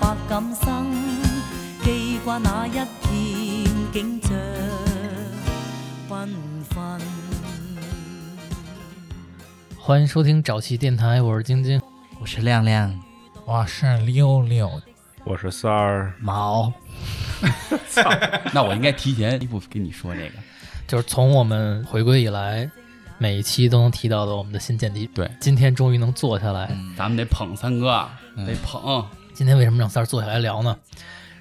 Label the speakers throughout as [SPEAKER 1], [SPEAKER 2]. [SPEAKER 1] 百感生，記掛那一片景象繽紛。
[SPEAKER 2] 欢迎收听早期电台，我是晶晶，
[SPEAKER 3] 我是亮亮，
[SPEAKER 4] 我
[SPEAKER 3] 啊
[SPEAKER 4] 是溜溜，
[SPEAKER 5] 我是三儿，
[SPEAKER 3] 毛。那我应该提前一步跟你说这个。
[SPEAKER 2] 就是从我们回归以来，每一期都能提到的我们的新见地。
[SPEAKER 3] 对嗯
[SPEAKER 2] 今天终于能坐下来。
[SPEAKER 3] 咱们得捧三哥，啊得捧。
[SPEAKER 2] 今天为什么让三儿坐下来聊呢？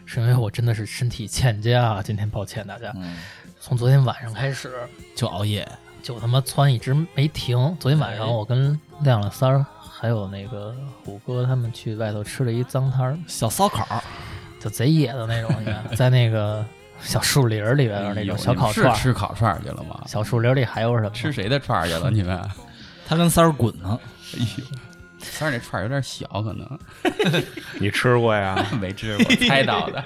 [SPEAKER 2] 是因为我真的是身体欠佳，啊今天抱歉大家。
[SPEAKER 3] 嗯，
[SPEAKER 2] 从昨天晚上开始
[SPEAKER 3] 就熬夜，
[SPEAKER 2] 就他妈窜，一直没停。昨天晚上
[SPEAKER 3] 哎
[SPEAKER 2] 我跟亮亮、三儿还有那个虎哥他们去外头吃了一脏摊儿，
[SPEAKER 3] 小烧烤，
[SPEAKER 2] 就贼野的那种，你 看在那个小树林儿里边儿那种小烤串
[SPEAKER 3] 是
[SPEAKER 2] 儿。
[SPEAKER 3] 吃烤串儿去了吗？
[SPEAKER 2] 小树林儿里还有什么？
[SPEAKER 3] 吃谁的串儿去 了？你们？
[SPEAKER 4] 他跟三儿滚呢。
[SPEAKER 3] 哎呦，三儿那串儿有点小，可 能
[SPEAKER 5] 你吃过呀？
[SPEAKER 3] 没吃过，猜到 的。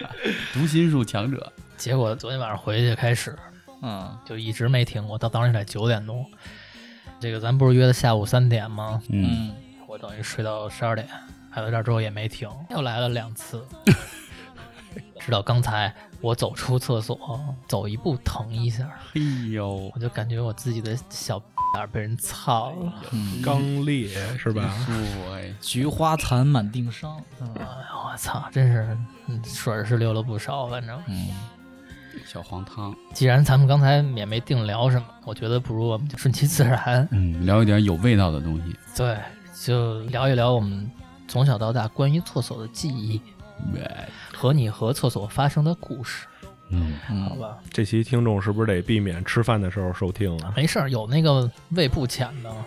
[SPEAKER 3] 读心术强者，
[SPEAKER 2] 结果昨天晚上回去开始
[SPEAKER 3] 嗯
[SPEAKER 2] 就一直没停过，到当时得九点多。这个咱不是约的下午三点吗？
[SPEAKER 3] 嗯，
[SPEAKER 2] 我等于睡到十二点，还到这儿之后也没停，又来了两次。 直到刚才我走出厕所，走一步疼一下，
[SPEAKER 3] 哎呦
[SPEAKER 2] 我，就感觉我自己的小眼儿被人操了。
[SPEAKER 5] 刚烈是吧？
[SPEAKER 3] 舒服哎。
[SPEAKER 4] 菊花残满腚伤，
[SPEAKER 2] 哎我操，真是嗯水儿是流了不少，反正。
[SPEAKER 3] 小黄汤，
[SPEAKER 2] 既然咱们刚才也没定聊什么，我觉得不如我们就顺其自然，
[SPEAKER 3] 嗯，聊一点有味道的东西。
[SPEAKER 2] 对，就聊一聊我们从小到大关于厕所的记忆和你和厕所发生的故事，
[SPEAKER 3] 嗯，
[SPEAKER 2] 好吧？
[SPEAKER 5] 这期听众是不是得避免吃饭的时候收听啊？
[SPEAKER 2] 没事儿，有那个胃不浅的吗？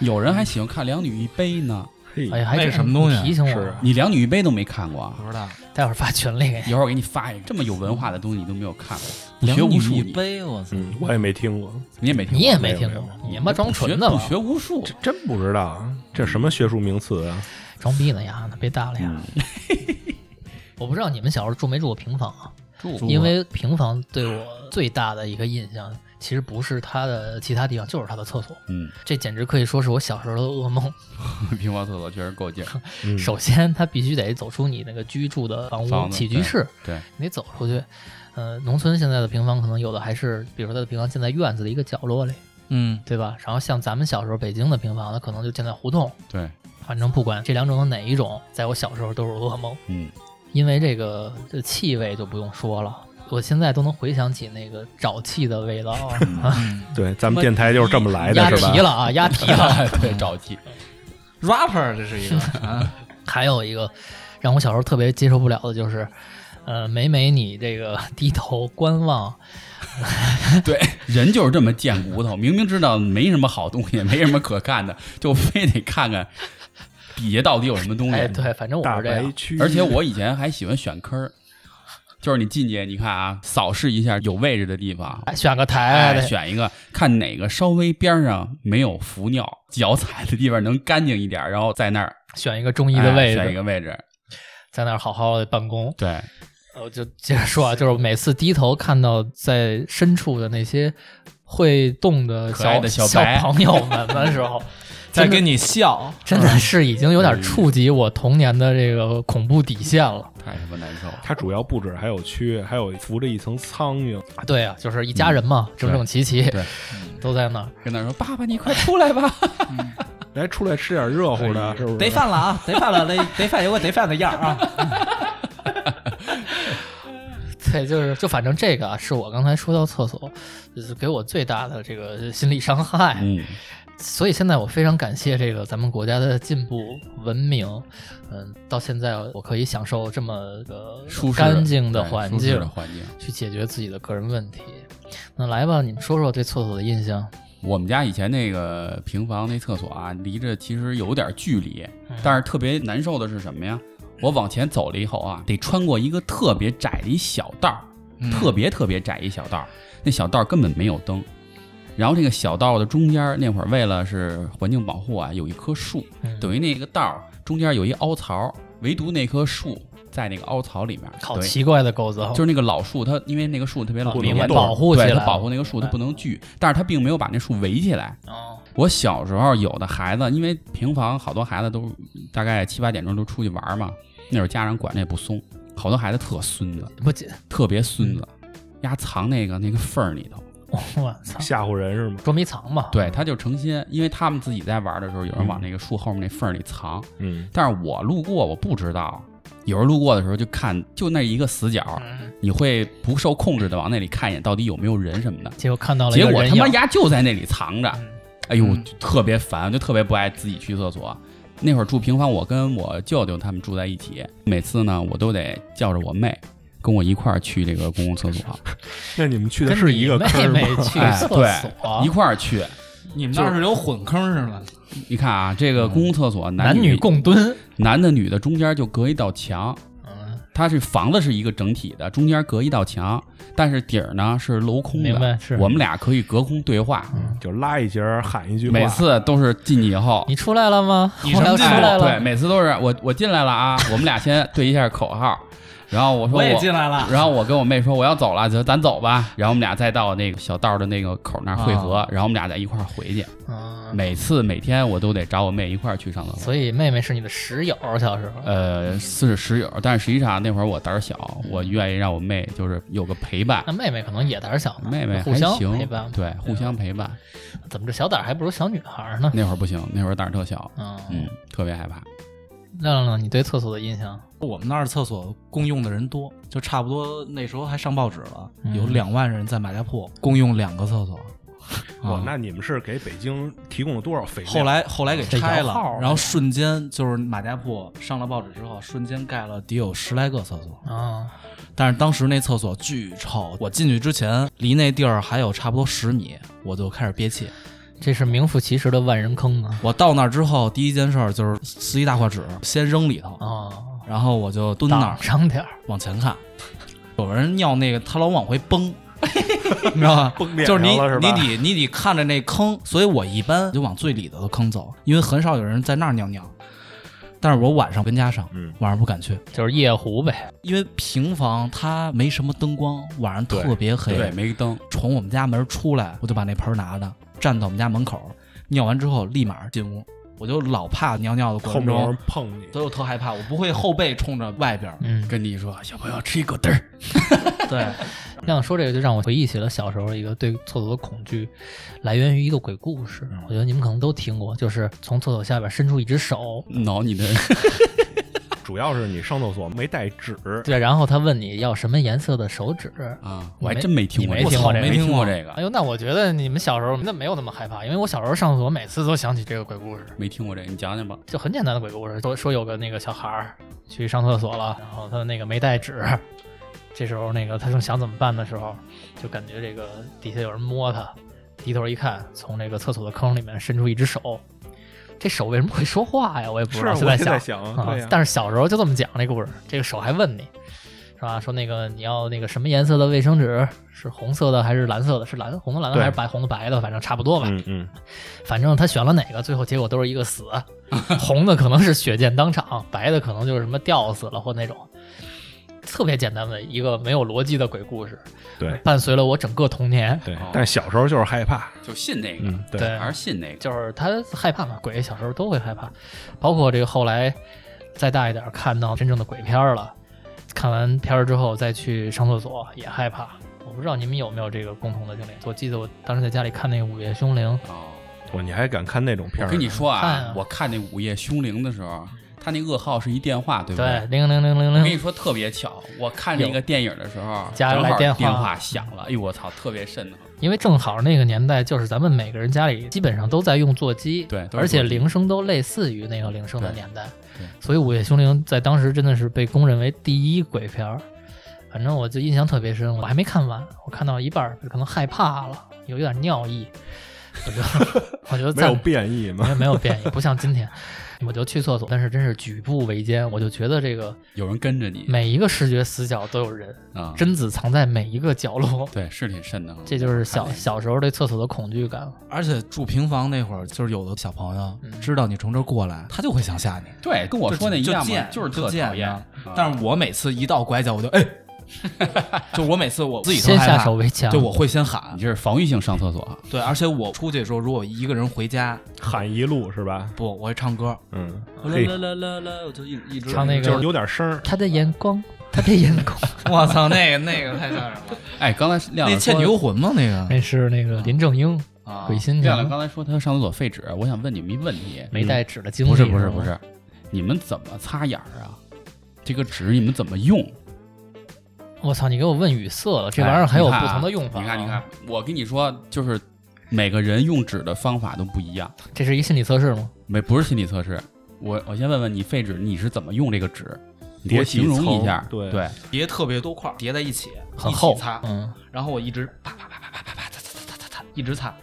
[SPEAKER 3] 有人还喜欢看《两女一杯》呢，
[SPEAKER 5] 嘿，
[SPEAKER 2] 哎呀，还
[SPEAKER 4] 那
[SPEAKER 2] 真
[SPEAKER 4] 什么东西啊
[SPEAKER 2] 提醒我
[SPEAKER 5] 是
[SPEAKER 2] 了，
[SPEAKER 3] 你《两女一杯》都没看过啊？
[SPEAKER 4] 知道。
[SPEAKER 2] 待会儿发群里给你。
[SPEAKER 3] 一会儿我给你发一个，这么有文化的东西你都没有看过，
[SPEAKER 4] 两
[SPEAKER 3] 学
[SPEAKER 4] 女
[SPEAKER 3] 无术
[SPEAKER 4] 一
[SPEAKER 3] 你
[SPEAKER 4] 杯，我操！
[SPEAKER 5] 嗯，我也没听过，
[SPEAKER 3] 你也没听过，
[SPEAKER 2] 你也没听过
[SPEAKER 5] 没有，
[SPEAKER 2] 你他妈装纯的
[SPEAKER 3] 不
[SPEAKER 2] 吧？
[SPEAKER 3] 学无术
[SPEAKER 5] 这，真不知道啊，这什么学术名词啊？
[SPEAKER 2] 装逼呢呀，别搭理呀！ 我不知道你们小时候住没住过平房啊？
[SPEAKER 3] 住
[SPEAKER 2] 因为平房对我最大的一个印象，其实不是它的其他地方，就是它的厕所。
[SPEAKER 3] 嗯，
[SPEAKER 2] 这简直可以说是我小时候的噩梦。
[SPEAKER 3] 平房厕所确实够 劲儿。
[SPEAKER 5] 嗯
[SPEAKER 2] 首先，它必须得走出你那个居住的房屋
[SPEAKER 3] 房子
[SPEAKER 2] 起居室，
[SPEAKER 3] 对，
[SPEAKER 2] 你得走出去。呃，农村现在的平房可能有的还是，比如说它的平房建在院子的一个角落里，
[SPEAKER 4] 嗯，
[SPEAKER 2] 对吧？然后像咱们小时候北京的平房，它可能就建在胡同。
[SPEAKER 3] 对，
[SPEAKER 2] 反正不管这两种的哪一种，在我小时候都是噩梦，
[SPEAKER 3] 嗯，
[SPEAKER 2] 因为这个这气味就不用说了。我现在都能回想起那个沼气的味道啊，
[SPEAKER 4] 嗯
[SPEAKER 5] 对，咱们电台就是这么来的，
[SPEAKER 2] 压
[SPEAKER 5] 是吧
[SPEAKER 2] 题？了啊，压题了。
[SPEAKER 3] 对，沼气，
[SPEAKER 4] rapper 这是一个啊，
[SPEAKER 2] 还有一个让我小时候特别接受不了的就是，呃，每每你这个 低头观望，
[SPEAKER 3] 对，人就是这么贱骨头，明明知道没什么好东西，没什么可看的，就非得看看底下到底有什么东西。
[SPEAKER 2] 哎，对，反正我
[SPEAKER 5] 大
[SPEAKER 2] 是这
[SPEAKER 5] 白
[SPEAKER 2] 样。
[SPEAKER 5] 区，
[SPEAKER 3] 而且我以前还喜欢选坑儿，就是你进去，你看啊，扫视一下有位置的地方，
[SPEAKER 2] 哎选个台，
[SPEAKER 3] 哎，
[SPEAKER 2] 对
[SPEAKER 3] 选一个，看哪个稍微边儿上没有浮尿、脚踩的地方能干净一点儿，然后在那儿
[SPEAKER 2] 选一个中医的位
[SPEAKER 3] 哎选一
[SPEAKER 2] 置，
[SPEAKER 3] 个位置。
[SPEAKER 2] 在那儿好好的办公。
[SPEAKER 3] 对，
[SPEAKER 2] 我就接着说啊，就是每次低头看到在深处的那些会动的
[SPEAKER 3] 可爱
[SPEAKER 2] 小
[SPEAKER 3] 的
[SPEAKER 2] 小
[SPEAKER 3] 小白
[SPEAKER 2] 朋友们的时 候，
[SPEAKER 4] 在
[SPEAKER 2] 真的
[SPEAKER 4] 跟你 笑，
[SPEAKER 2] 真的
[SPEAKER 3] 嗯
[SPEAKER 2] 是已经有点触及我童年的这个恐怖底线了。
[SPEAKER 3] 太他妈难受了。
[SPEAKER 5] 它主要不止还有蛆，还有浮着一层苍蝇。
[SPEAKER 2] 对啊，就是一家人嘛，整整齐齐
[SPEAKER 3] 嗯对，
[SPEAKER 2] 都在那儿。
[SPEAKER 3] 跟他说：“爸爸，你快出来吧
[SPEAKER 5] 来，出来吃点热乎的，是不是？
[SPEAKER 4] 逮饭了啊，逮饭了， 逮逮饭有个逮饭的样儿啊。
[SPEAKER 2] 对，就是就反正这个啊，是我刚才说到厕所，就是给我最大的这个心理伤！”害。
[SPEAKER 3] 嗯，
[SPEAKER 2] 所以现在我非常感谢这个咱们国家的进步文明，嗯，到现在我可以享受这么个
[SPEAKER 3] 舒适
[SPEAKER 2] 干净的
[SPEAKER 3] 对
[SPEAKER 2] 环
[SPEAKER 3] 舒适的
[SPEAKER 2] 境，
[SPEAKER 3] 环境。
[SPEAKER 2] 去解决自己的个人问题。那来吧，你们说说对厕所的印象。
[SPEAKER 3] 我们家以前那个平房那厕所啊，离着其实有点距离，但是特别难受的是什么呀？我往前走了以后啊，得穿过一个特别窄的一小道儿，特别特别窄一小道儿，那小道儿根本没有灯。然后这个小道的中间儿那会儿为了是环境保护啊，有一棵树，
[SPEAKER 2] 嗯
[SPEAKER 3] 等于那个道儿中间有一凹槽，唯独那棵树在那个凹槽里面，
[SPEAKER 2] 好
[SPEAKER 3] 等于
[SPEAKER 2] 奇怪的构造，
[SPEAKER 3] 就是那个老树，它因为那个树特别老，
[SPEAKER 2] 哦
[SPEAKER 3] 哦不
[SPEAKER 2] 明
[SPEAKER 3] 能
[SPEAKER 2] 白
[SPEAKER 3] 动嗯
[SPEAKER 2] 保护起
[SPEAKER 3] 对
[SPEAKER 2] 来
[SPEAKER 3] 它
[SPEAKER 2] 了
[SPEAKER 3] 保护那个树，它不能锯，但是它并没有把那树围起来，
[SPEAKER 2] 哦
[SPEAKER 3] 我小时候有的孩子，因为平房好多孩子都大概七八点钟都出去玩嘛，那会儿家长管的也不松，好多孩子特孙子，
[SPEAKER 2] 不紧，
[SPEAKER 3] 特别孙子，丫藏那个那个缝儿里头，
[SPEAKER 2] 我操，
[SPEAKER 5] 吓唬人是吗？
[SPEAKER 2] 捉迷藏嘛，
[SPEAKER 3] 对，他就成心，因为他们自己在玩的时候，有人往那个树后面那缝儿里藏，
[SPEAKER 5] 嗯，
[SPEAKER 3] 但是我路过我不知道，有人路过的时候就看就那一个死角，
[SPEAKER 2] 嗯，
[SPEAKER 3] 你会不受控制的往那里看一眼，到底有没有人什么的。
[SPEAKER 2] 结果看到了一
[SPEAKER 3] 结
[SPEAKER 2] 个
[SPEAKER 3] 果
[SPEAKER 2] 人
[SPEAKER 3] 他妈
[SPEAKER 2] 影
[SPEAKER 3] 丫就在那里藏着，
[SPEAKER 2] 嗯
[SPEAKER 3] 哎呦，
[SPEAKER 2] 嗯
[SPEAKER 3] 就特别烦，就特别不爱自己去厕所。那会儿住平房，我跟我舅舅他们住在一起，每次呢，我都得叫着我妹跟我一块儿去这个公共厕所，
[SPEAKER 5] 那你们去的
[SPEAKER 2] 跟
[SPEAKER 5] 是
[SPEAKER 2] 你
[SPEAKER 5] 一个
[SPEAKER 2] 妹
[SPEAKER 5] 坑
[SPEAKER 2] 妹
[SPEAKER 5] 吗？
[SPEAKER 2] 去
[SPEAKER 3] 哎
[SPEAKER 2] 厕
[SPEAKER 3] 对
[SPEAKER 2] 所，
[SPEAKER 3] 一块儿去。
[SPEAKER 4] 你们那是有混坑是吗？
[SPEAKER 3] 你看啊，这个公共厕所
[SPEAKER 2] 嗯
[SPEAKER 3] 男
[SPEAKER 2] 男女共蹲，
[SPEAKER 3] 男的女的中间就隔一道墙，
[SPEAKER 2] 嗯，
[SPEAKER 3] 它是房子是一个整体的，中间隔一道墙，但是底儿呢是镂空
[SPEAKER 2] 明
[SPEAKER 3] 的。
[SPEAKER 2] 白是
[SPEAKER 3] 我们俩可以隔空对话，
[SPEAKER 5] 就拉一截儿喊一句话，
[SPEAKER 3] 每次都是进去以后，
[SPEAKER 2] 你出来了吗？
[SPEAKER 4] 你
[SPEAKER 2] 后来我
[SPEAKER 4] 什么
[SPEAKER 2] 出
[SPEAKER 4] 进
[SPEAKER 2] 来
[SPEAKER 4] 来
[SPEAKER 3] 对，
[SPEAKER 2] 了，
[SPEAKER 3] 每次都是我我进来了啊，我们俩先对一下口号，然后我说
[SPEAKER 4] 我也
[SPEAKER 3] 我，
[SPEAKER 4] 进来了，
[SPEAKER 3] 然后我跟我妹说我要走了，咱咱走吧，然后我们俩再到那个小道的那个口那儿汇
[SPEAKER 2] 啊
[SPEAKER 3] 合，然后我们俩再一块儿回去。
[SPEAKER 2] 嗯，
[SPEAKER 3] 每次每天我都得找我妹一块儿去上厕所。
[SPEAKER 2] 所以妹妹是你的室友，小时候，
[SPEAKER 3] 呃，是室友，但是实际上那会儿我胆儿小，我愿意让我妹就是有个陪伴，
[SPEAKER 2] 那妹妹可能也胆小呢，
[SPEAKER 3] 妹妹
[SPEAKER 2] 啊互
[SPEAKER 3] 还
[SPEAKER 2] 相
[SPEAKER 3] 行，
[SPEAKER 2] 陪伴，啊
[SPEAKER 3] 对，互相陪伴。
[SPEAKER 2] 怎么这小胆儿还不如小女孩儿呢？
[SPEAKER 3] 那会儿不行，那会儿胆儿特小，
[SPEAKER 2] 嗯
[SPEAKER 3] 嗯，，特别害怕。
[SPEAKER 2] 亮亮，你对厕所的印象？
[SPEAKER 4] 我们那儿厕所公用的人多，就差不多那时候还上报纸了，
[SPEAKER 2] 嗯
[SPEAKER 4] 有两万人在马家铺公用两个厕所。啊，
[SPEAKER 5] 哇哦那你们是给北京提供了多少肥料？
[SPEAKER 4] 后来后来给拆
[SPEAKER 2] 这摇
[SPEAKER 4] 了
[SPEAKER 2] 号，
[SPEAKER 4] 然后瞬间就是马家铺上了报纸之后，瞬间盖了得有十来个厕所。
[SPEAKER 2] 啊，
[SPEAKER 4] 但是当时那厕所巨臭，我进去之前离那地儿还有差不多十米，我就开始憋气。
[SPEAKER 2] 这是名副其实的万人坑啊！
[SPEAKER 4] 我到那儿之后，第一件事儿就是撕一大块纸先扔里头，
[SPEAKER 2] 啊，
[SPEAKER 4] 然后我就蹲那儿
[SPEAKER 2] 挡上点儿，
[SPEAKER 4] 往前看，有人尿那个，他老往回崩，你知道吧？
[SPEAKER 5] 崩脸
[SPEAKER 4] 就
[SPEAKER 5] 上
[SPEAKER 4] 是你
[SPEAKER 5] 了是
[SPEAKER 4] 你
[SPEAKER 5] 吧？
[SPEAKER 4] 得你得看着那坑，所以我一般就往最里头的坑走，因为很少有人在那儿尿尿。但是我晚上跟家上，
[SPEAKER 5] 嗯
[SPEAKER 4] 晚上不敢去，
[SPEAKER 2] 就是夜壶呗。
[SPEAKER 4] 因为平房它没什么灯光，晚上特别黑。
[SPEAKER 3] 对，没灯，
[SPEAKER 4] 从我们家门出来，我就把那盆拿着，站到我们家门口，尿完之后立马进屋。我就老怕尿尿的过
[SPEAKER 5] 后
[SPEAKER 4] 程
[SPEAKER 5] 面有
[SPEAKER 4] 中
[SPEAKER 5] 人，碰你，
[SPEAKER 4] 所以我特害怕，我不会后背冲着外边儿。
[SPEAKER 2] 嗯，
[SPEAKER 3] 跟你说，小朋友吃一口嘚儿。
[SPEAKER 4] 对，
[SPEAKER 2] 亮说这个就让我回忆起了小时候一个对厕所的恐惧，来源于一个鬼故事。
[SPEAKER 3] 嗯
[SPEAKER 2] 我觉得你们可能都听过，就是从厕所下边伸出一只手，
[SPEAKER 3] 挠你的，
[SPEAKER 5] 主要是你上厕所没带纸，
[SPEAKER 2] 对，然后他问你要什么颜色的手指。
[SPEAKER 3] 啊，
[SPEAKER 2] 你
[SPEAKER 3] 我还
[SPEAKER 2] 没
[SPEAKER 3] 真没听
[SPEAKER 2] 你
[SPEAKER 3] 过
[SPEAKER 2] 没
[SPEAKER 3] 这个，
[SPEAKER 2] 听过
[SPEAKER 3] 我操
[SPEAKER 2] 这个
[SPEAKER 3] 没
[SPEAKER 4] 没听
[SPEAKER 3] 过
[SPEAKER 4] 过
[SPEAKER 3] 这个
[SPEAKER 2] 哎，呦，那我觉得你们小时候那没有那么害怕，因为我小时候上厕所每次都想起这个鬼故事。
[SPEAKER 3] 没听过这个，你讲讲吧。
[SPEAKER 2] 就很简单的鬼故事，说说有个那个小孩儿去上厕所了，然后他那个没带纸，这时候那个他正想怎么办的时候，就感觉这个底下有人摸他，低头一看，从这个厕所的坑里面伸出一只手，这手为什么会说话呀？我也不知
[SPEAKER 5] 是
[SPEAKER 2] 道，
[SPEAKER 5] 我
[SPEAKER 2] 现在
[SPEAKER 5] 也
[SPEAKER 2] 想
[SPEAKER 5] 在想，
[SPEAKER 2] 啊
[SPEAKER 5] 对呀，，
[SPEAKER 2] 但是小时候就这么讲这故事，这个手还问你，是吧？说那个你要那个什么颜色的卫生纸，是红色的还是蓝色的？是蓝红的蓝的
[SPEAKER 5] 对
[SPEAKER 2] 还是白红的白的？反正差不多吧。
[SPEAKER 5] 嗯嗯，
[SPEAKER 2] 反正他选了哪个，最后结果都是一个 死。红的可能是血溅当场，白的可能就是什么吊死了或那种。特别简单的一个没有逻辑的鬼故事，
[SPEAKER 5] 对
[SPEAKER 2] 伴随了我整个童年。
[SPEAKER 5] 对
[SPEAKER 3] 哦。
[SPEAKER 5] 但小时候就是害怕，
[SPEAKER 3] 就信那个，
[SPEAKER 5] 嗯，对，
[SPEAKER 2] 对，
[SPEAKER 3] 还是信那个。
[SPEAKER 2] 就是他害怕嘛，鬼小时候都会害怕，包括这个后来再大一点看到真正的鬼片儿了，看完片儿之后再去上厕所也害怕。我不知道你们有没有这个共同的经历。我记得我当时在家里看那个《午夜凶铃》，
[SPEAKER 3] 哦，
[SPEAKER 5] 我你还敢看那种片
[SPEAKER 3] 我
[SPEAKER 5] 儿？
[SPEAKER 3] 跟你说
[SPEAKER 2] 看
[SPEAKER 3] 啊
[SPEAKER 2] 啊，
[SPEAKER 3] 我看那《午夜凶铃》的时候，他那噩耗是一电话，对不
[SPEAKER 2] 对，？零零零零
[SPEAKER 3] 我跟你
[SPEAKER 2] 零，
[SPEAKER 3] 说特别巧，我看那个电影的时候，
[SPEAKER 2] 家里来
[SPEAKER 3] 正好
[SPEAKER 2] 电话
[SPEAKER 3] 话响了，哎呦我操，特别瘆得慌。
[SPEAKER 2] 因为正好那个年代就是咱们每个人家里基本上都在用座机，
[SPEAKER 3] 对都是
[SPEAKER 2] 而且
[SPEAKER 3] 座机
[SPEAKER 2] 铃声都类似于那个铃声的年代
[SPEAKER 3] 对，
[SPEAKER 2] 所以《午夜凶铃》在当时真的是被公认为第一鬼片儿。反正我就印象特别深，我还没看完，我看到一半儿可能害怕了，有有点尿意，我就我就
[SPEAKER 5] 没有
[SPEAKER 2] 暂
[SPEAKER 5] 变异吗？
[SPEAKER 2] 没有没有变，也不像今天，我就去厕所，但是真是举步维艰，我就觉得这个
[SPEAKER 3] 有人跟着你
[SPEAKER 2] 每一个视觉死角都有人，
[SPEAKER 3] 啊，
[SPEAKER 2] 贞子藏在每一个角落，
[SPEAKER 3] 对，是挺瘆得慌。
[SPEAKER 2] 这就是小小时候对厕所的恐惧感。
[SPEAKER 4] 而且住平房那会儿，就是有的小朋友
[SPEAKER 2] 嗯
[SPEAKER 4] 知道你从这儿过来，他就会想吓你。
[SPEAKER 3] 对，跟我说那一
[SPEAKER 4] 就
[SPEAKER 3] 样嘛
[SPEAKER 4] 贱，
[SPEAKER 3] 就是
[SPEAKER 4] 就
[SPEAKER 3] 特讨
[SPEAKER 4] 贱
[SPEAKER 3] 厌
[SPEAKER 4] 啊。但
[SPEAKER 3] 是
[SPEAKER 4] 是我每次一到拐角，我就哎，就我每次我自己都
[SPEAKER 2] 先
[SPEAKER 4] 害
[SPEAKER 2] 下
[SPEAKER 4] 怕，
[SPEAKER 2] 手为强。
[SPEAKER 4] 对，我会先喊
[SPEAKER 3] 你。这是防御性上厕所啊，
[SPEAKER 4] 对，而且我出去的时候，如果一个人回家，
[SPEAKER 5] 喊一路是吧？
[SPEAKER 4] 不，我会唱歌，
[SPEAKER 5] 嗯，
[SPEAKER 4] 啦
[SPEAKER 5] 嘿
[SPEAKER 4] 啦啦啦啦，我就一一直
[SPEAKER 2] 唱那
[SPEAKER 5] 就是
[SPEAKER 2] 个
[SPEAKER 5] 有点声儿，
[SPEAKER 2] 他的眼光，他的眼光，
[SPEAKER 4] 我操，那个那个太吓人了。
[SPEAKER 3] 哎，刚才
[SPEAKER 4] 那《
[SPEAKER 3] 亮亮
[SPEAKER 4] 倩女
[SPEAKER 3] 说，
[SPEAKER 4] 幽魂》吗？那个
[SPEAKER 2] 那是那个林正英《
[SPEAKER 4] 啊，
[SPEAKER 2] 哎鬼嗯新娘
[SPEAKER 3] 亮亮》刚才说他上厕所废纸，我想问你们一问题，
[SPEAKER 2] 嗯没带纸的经历。
[SPEAKER 3] 不是不是不
[SPEAKER 2] 吗，
[SPEAKER 3] 是，你们怎么擦眼儿啊？这个纸你们怎么用？
[SPEAKER 2] 我操！你给我问语塞了，这玩意儿还有不同的用法。
[SPEAKER 3] 哎你看啊，你看，你，看我跟你说，就是每个人用纸的方法都不一样，
[SPEAKER 2] 这是一心理测试吗？
[SPEAKER 3] 没不是心理测试。我我先问问你，废纸你是怎么用这个纸？你给
[SPEAKER 5] 叠
[SPEAKER 3] 我
[SPEAKER 5] 几
[SPEAKER 3] 形容一
[SPEAKER 5] 层
[SPEAKER 3] 下。
[SPEAKER 5] 对
[SPEAKER 3] 对，
[SPEAKER 4] 叠特别多块儿，叠在一起，
[SPEAKER 2] 很
[SPEAKER 4] 一起
[SPEAKER 2] 厚，
[SPEAKER 4] 擦，啊
[SPEAKER 2] 嗯，
[SPEAKER 4] 然后我一直啪啪啪啪啪啪啪擦擦擦擦擦，一直擦。
[SPEAKER 3] 啊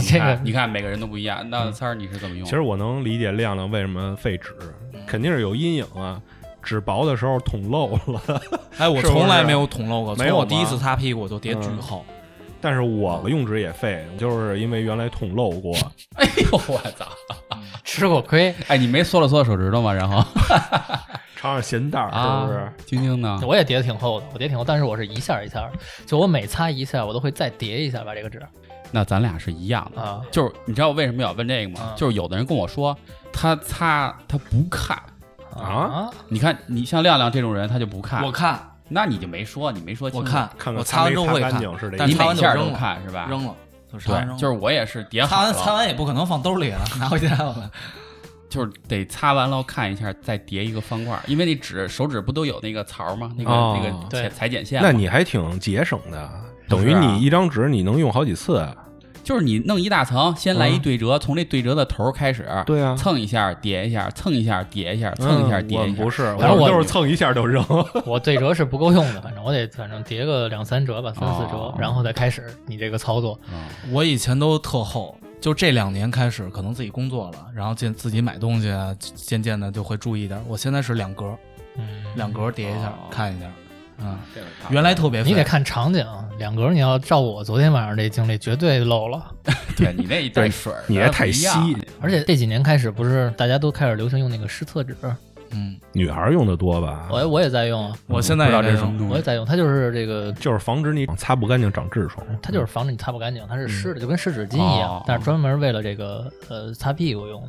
[SPEAKER 2] 你这
[SPEAKER 3] 看
[SPEAKER 2] 个嗯
[SPEAKER 3] 你看每个人都不一样。那三儿你是怎么用？
[SPEAKER 5] 其实我能理解亮亮为什么废纸，肯定是有阴影啊。纸薄的时候捅漏了，
[SPEAKER 4] 哎，我
[SPEAKER 5] 是不是
[SPEAKER 4] 从来没有捅漏过，
[SPEAKER 5] 没
[SPEAKER 4] 从
[SPEAKER 5] 有
[SPEAKER 4] 我
[SPEAKER 5] 吗
[SPEAKER 4] 第一次擦屁股我就叠巨
[SPEAKER 5] 嗯
[SPEAKER 4] 厚。
[SPEAKER 5] 但是我用纸也废，就是因为原来捅漏过，
[SPEAKER 3] 哎呦我操！
[SPEAKER 2] 吃过亏。
[SPEAKER 3] 哎，你没缩了缩手指头吗？然后
[SPEAKER 5] 插上咸蛋儿是不是
[SPEAKER 3] 啊？，晶晶呢？
[SPEAKER 2] 我也叠的挺厚的，我叠挺厚，但是我是一下一下，就我每擦一下，我都会再叠一下把这个纸
[SPEAKER 3] 那咱俩是一样的。
[SPEAKER 2] 啊。
[SPEAKER 3] 就是你知道我为什么要问这个吗？
[SPEAKER 2] 啊
[SPEAKER 3] 就是有的人跟我说，他擦他不看。
[SPEAKER 5] 啊，
[SPEAKER 3] 你看，你像亮亮这种人，他就不看。
[SPEAKER 4] 我看，
[SPEAKER 3] 那你就没说，你没说清
[SPEAKER 4] 我
[SPEAKER 3] 楚。
[SPEAKER 4] 看，
[SPEAKER 5] 看
[SPEAKER 4] 我
[SPEAKER 5] 看
[SPEAKER 4] 擦完之后会
[SPEAKER 5] 没擦干
[SPEAKER 4] 看
[SPEAKER 5] 净是这，
[SPEAKER 4] 但
[SPEAKER 5] 意思
[SPEAKER 3] 你
[SPEAKER 4] 擦
[SPEAKER 3] 每
[SPEAKER 4] 完就
[SPEAKER 3] 下
[SPEAKER 4] 扔
[SPEAKER 3] 都
[SPEAKER 4] 了，
[SPEAKER 3] 看是吧？
[SPEAKER 4] 扔了，啊就是擦完
[SPEAKER 3] 对，
[SPEAKER 4] 扔了。
[SPEAKER 3] 就是我也是叠
[SPEAKER 4] 擦
[SPEAKER 3] 好
[SPEAKER 4] 完
[SPEAKER 3] 了，
[SPEAKER 4] 擦完也不可能放兜里啊，拿回家了。
[SPEAKER 3] 就是得擦完了看一下，再叠一个方块，因为那纸手指不都有那个槽吗？那个、
[SPEAKER 5] 哦
[SPEAKER 3] 那个
[SPEAKER 2] 对
[SPEAKER 3] 裁裁剪线吗。
[SPEAKER 5] 那你还挺节省的，等于
[SPEAKER 3] 是啊
[SPEAKER 5] 你一张纸你能用好几次。啊
[SPEAKER 3] 就是你弄一大层，先来一对折，从这对折的头开始，
[SPEAKER 5] 对啊
[SPEAKER 3] 蹭一下叠一下，蹭一下叠一下，蹭一下
[SPEAKER 5] 嗯
[SPEAKER 3] 叠
[SPEAKER 5] 我
[SPEAKER 3] 一
[SPEAKER 5] 们
[SPEAKER 3] 下。
[SPEAKER 5] 不是，
[SPEAKER 2] 反正
[SPEAKER 5] 我
[SPEAKER 2] 我
[SPEAKER 5] 们都是蹭一下就扔。，
[SPEAKER 2] 我对折是不够用的，反正我得反正叠个两三折吧，三四折
[SPEAKER 3] 哦，
[SPEAKER 2] 然后再开始你这个操作。
[SPEAKER 3] 嗯
[SPEAKER 4] 我以前都特厚，就这两年开始，可能自己工作了，然后渐自己买东西啊，渐渐的就会注意一点。我现在是两格，
[SPEAKER 2] 嗯，
[SPEAKER 4] 两格叠一下、
[SPEAKER 3] 哦
[SPEAKER 4] 看一下，嗯，
[SPEAKER 3] 这个看
[SPEAKER 4] 原来特别
[SPEAKER 2] 你得
[SPEAKER 4] 费
[SPEAKER 2] 看场景，两格你要照我昨天晚上这经历，绝对漏了。
[SPEAKER 3] 对你那一带水儿
[SPEAKER 5] 你这太稀
[SPEAKER 3] 不一样
[SPEAKER 2] 而且这几年开始，不是大家都开始流行用那个湿厕纸，
[SPEAKER 4] 嗯，
[SPEAKER 5] 女孩用的多吧？
[SPEAKER 2] 我我也在用啊，
[SPEAKER 4] 我现在
[SPEAKER 3] 不知道
[SPEAKER 4] 也
[SPEAKER 3] 这是
[SPEAKER 4] 在
[SPEAKER 3] 什
[SPEAKER 4] 用。
[SPEAKER 3] 么东
[SPEAKER 2] 我也
[SPEAKER 3] 西。
[SPEAKER 2] 在用，它就是这个。
[SPEAKER 5] 就是防止你擦不干净长痔疮。
[SPEAKER 2] 它就是防止你擦不干净，它是湿的，就跟湿纸巾一样，
[SPEAKER 3] 哦
[SPEAKER 2] 但是专门为了这个呃擦屁股用的，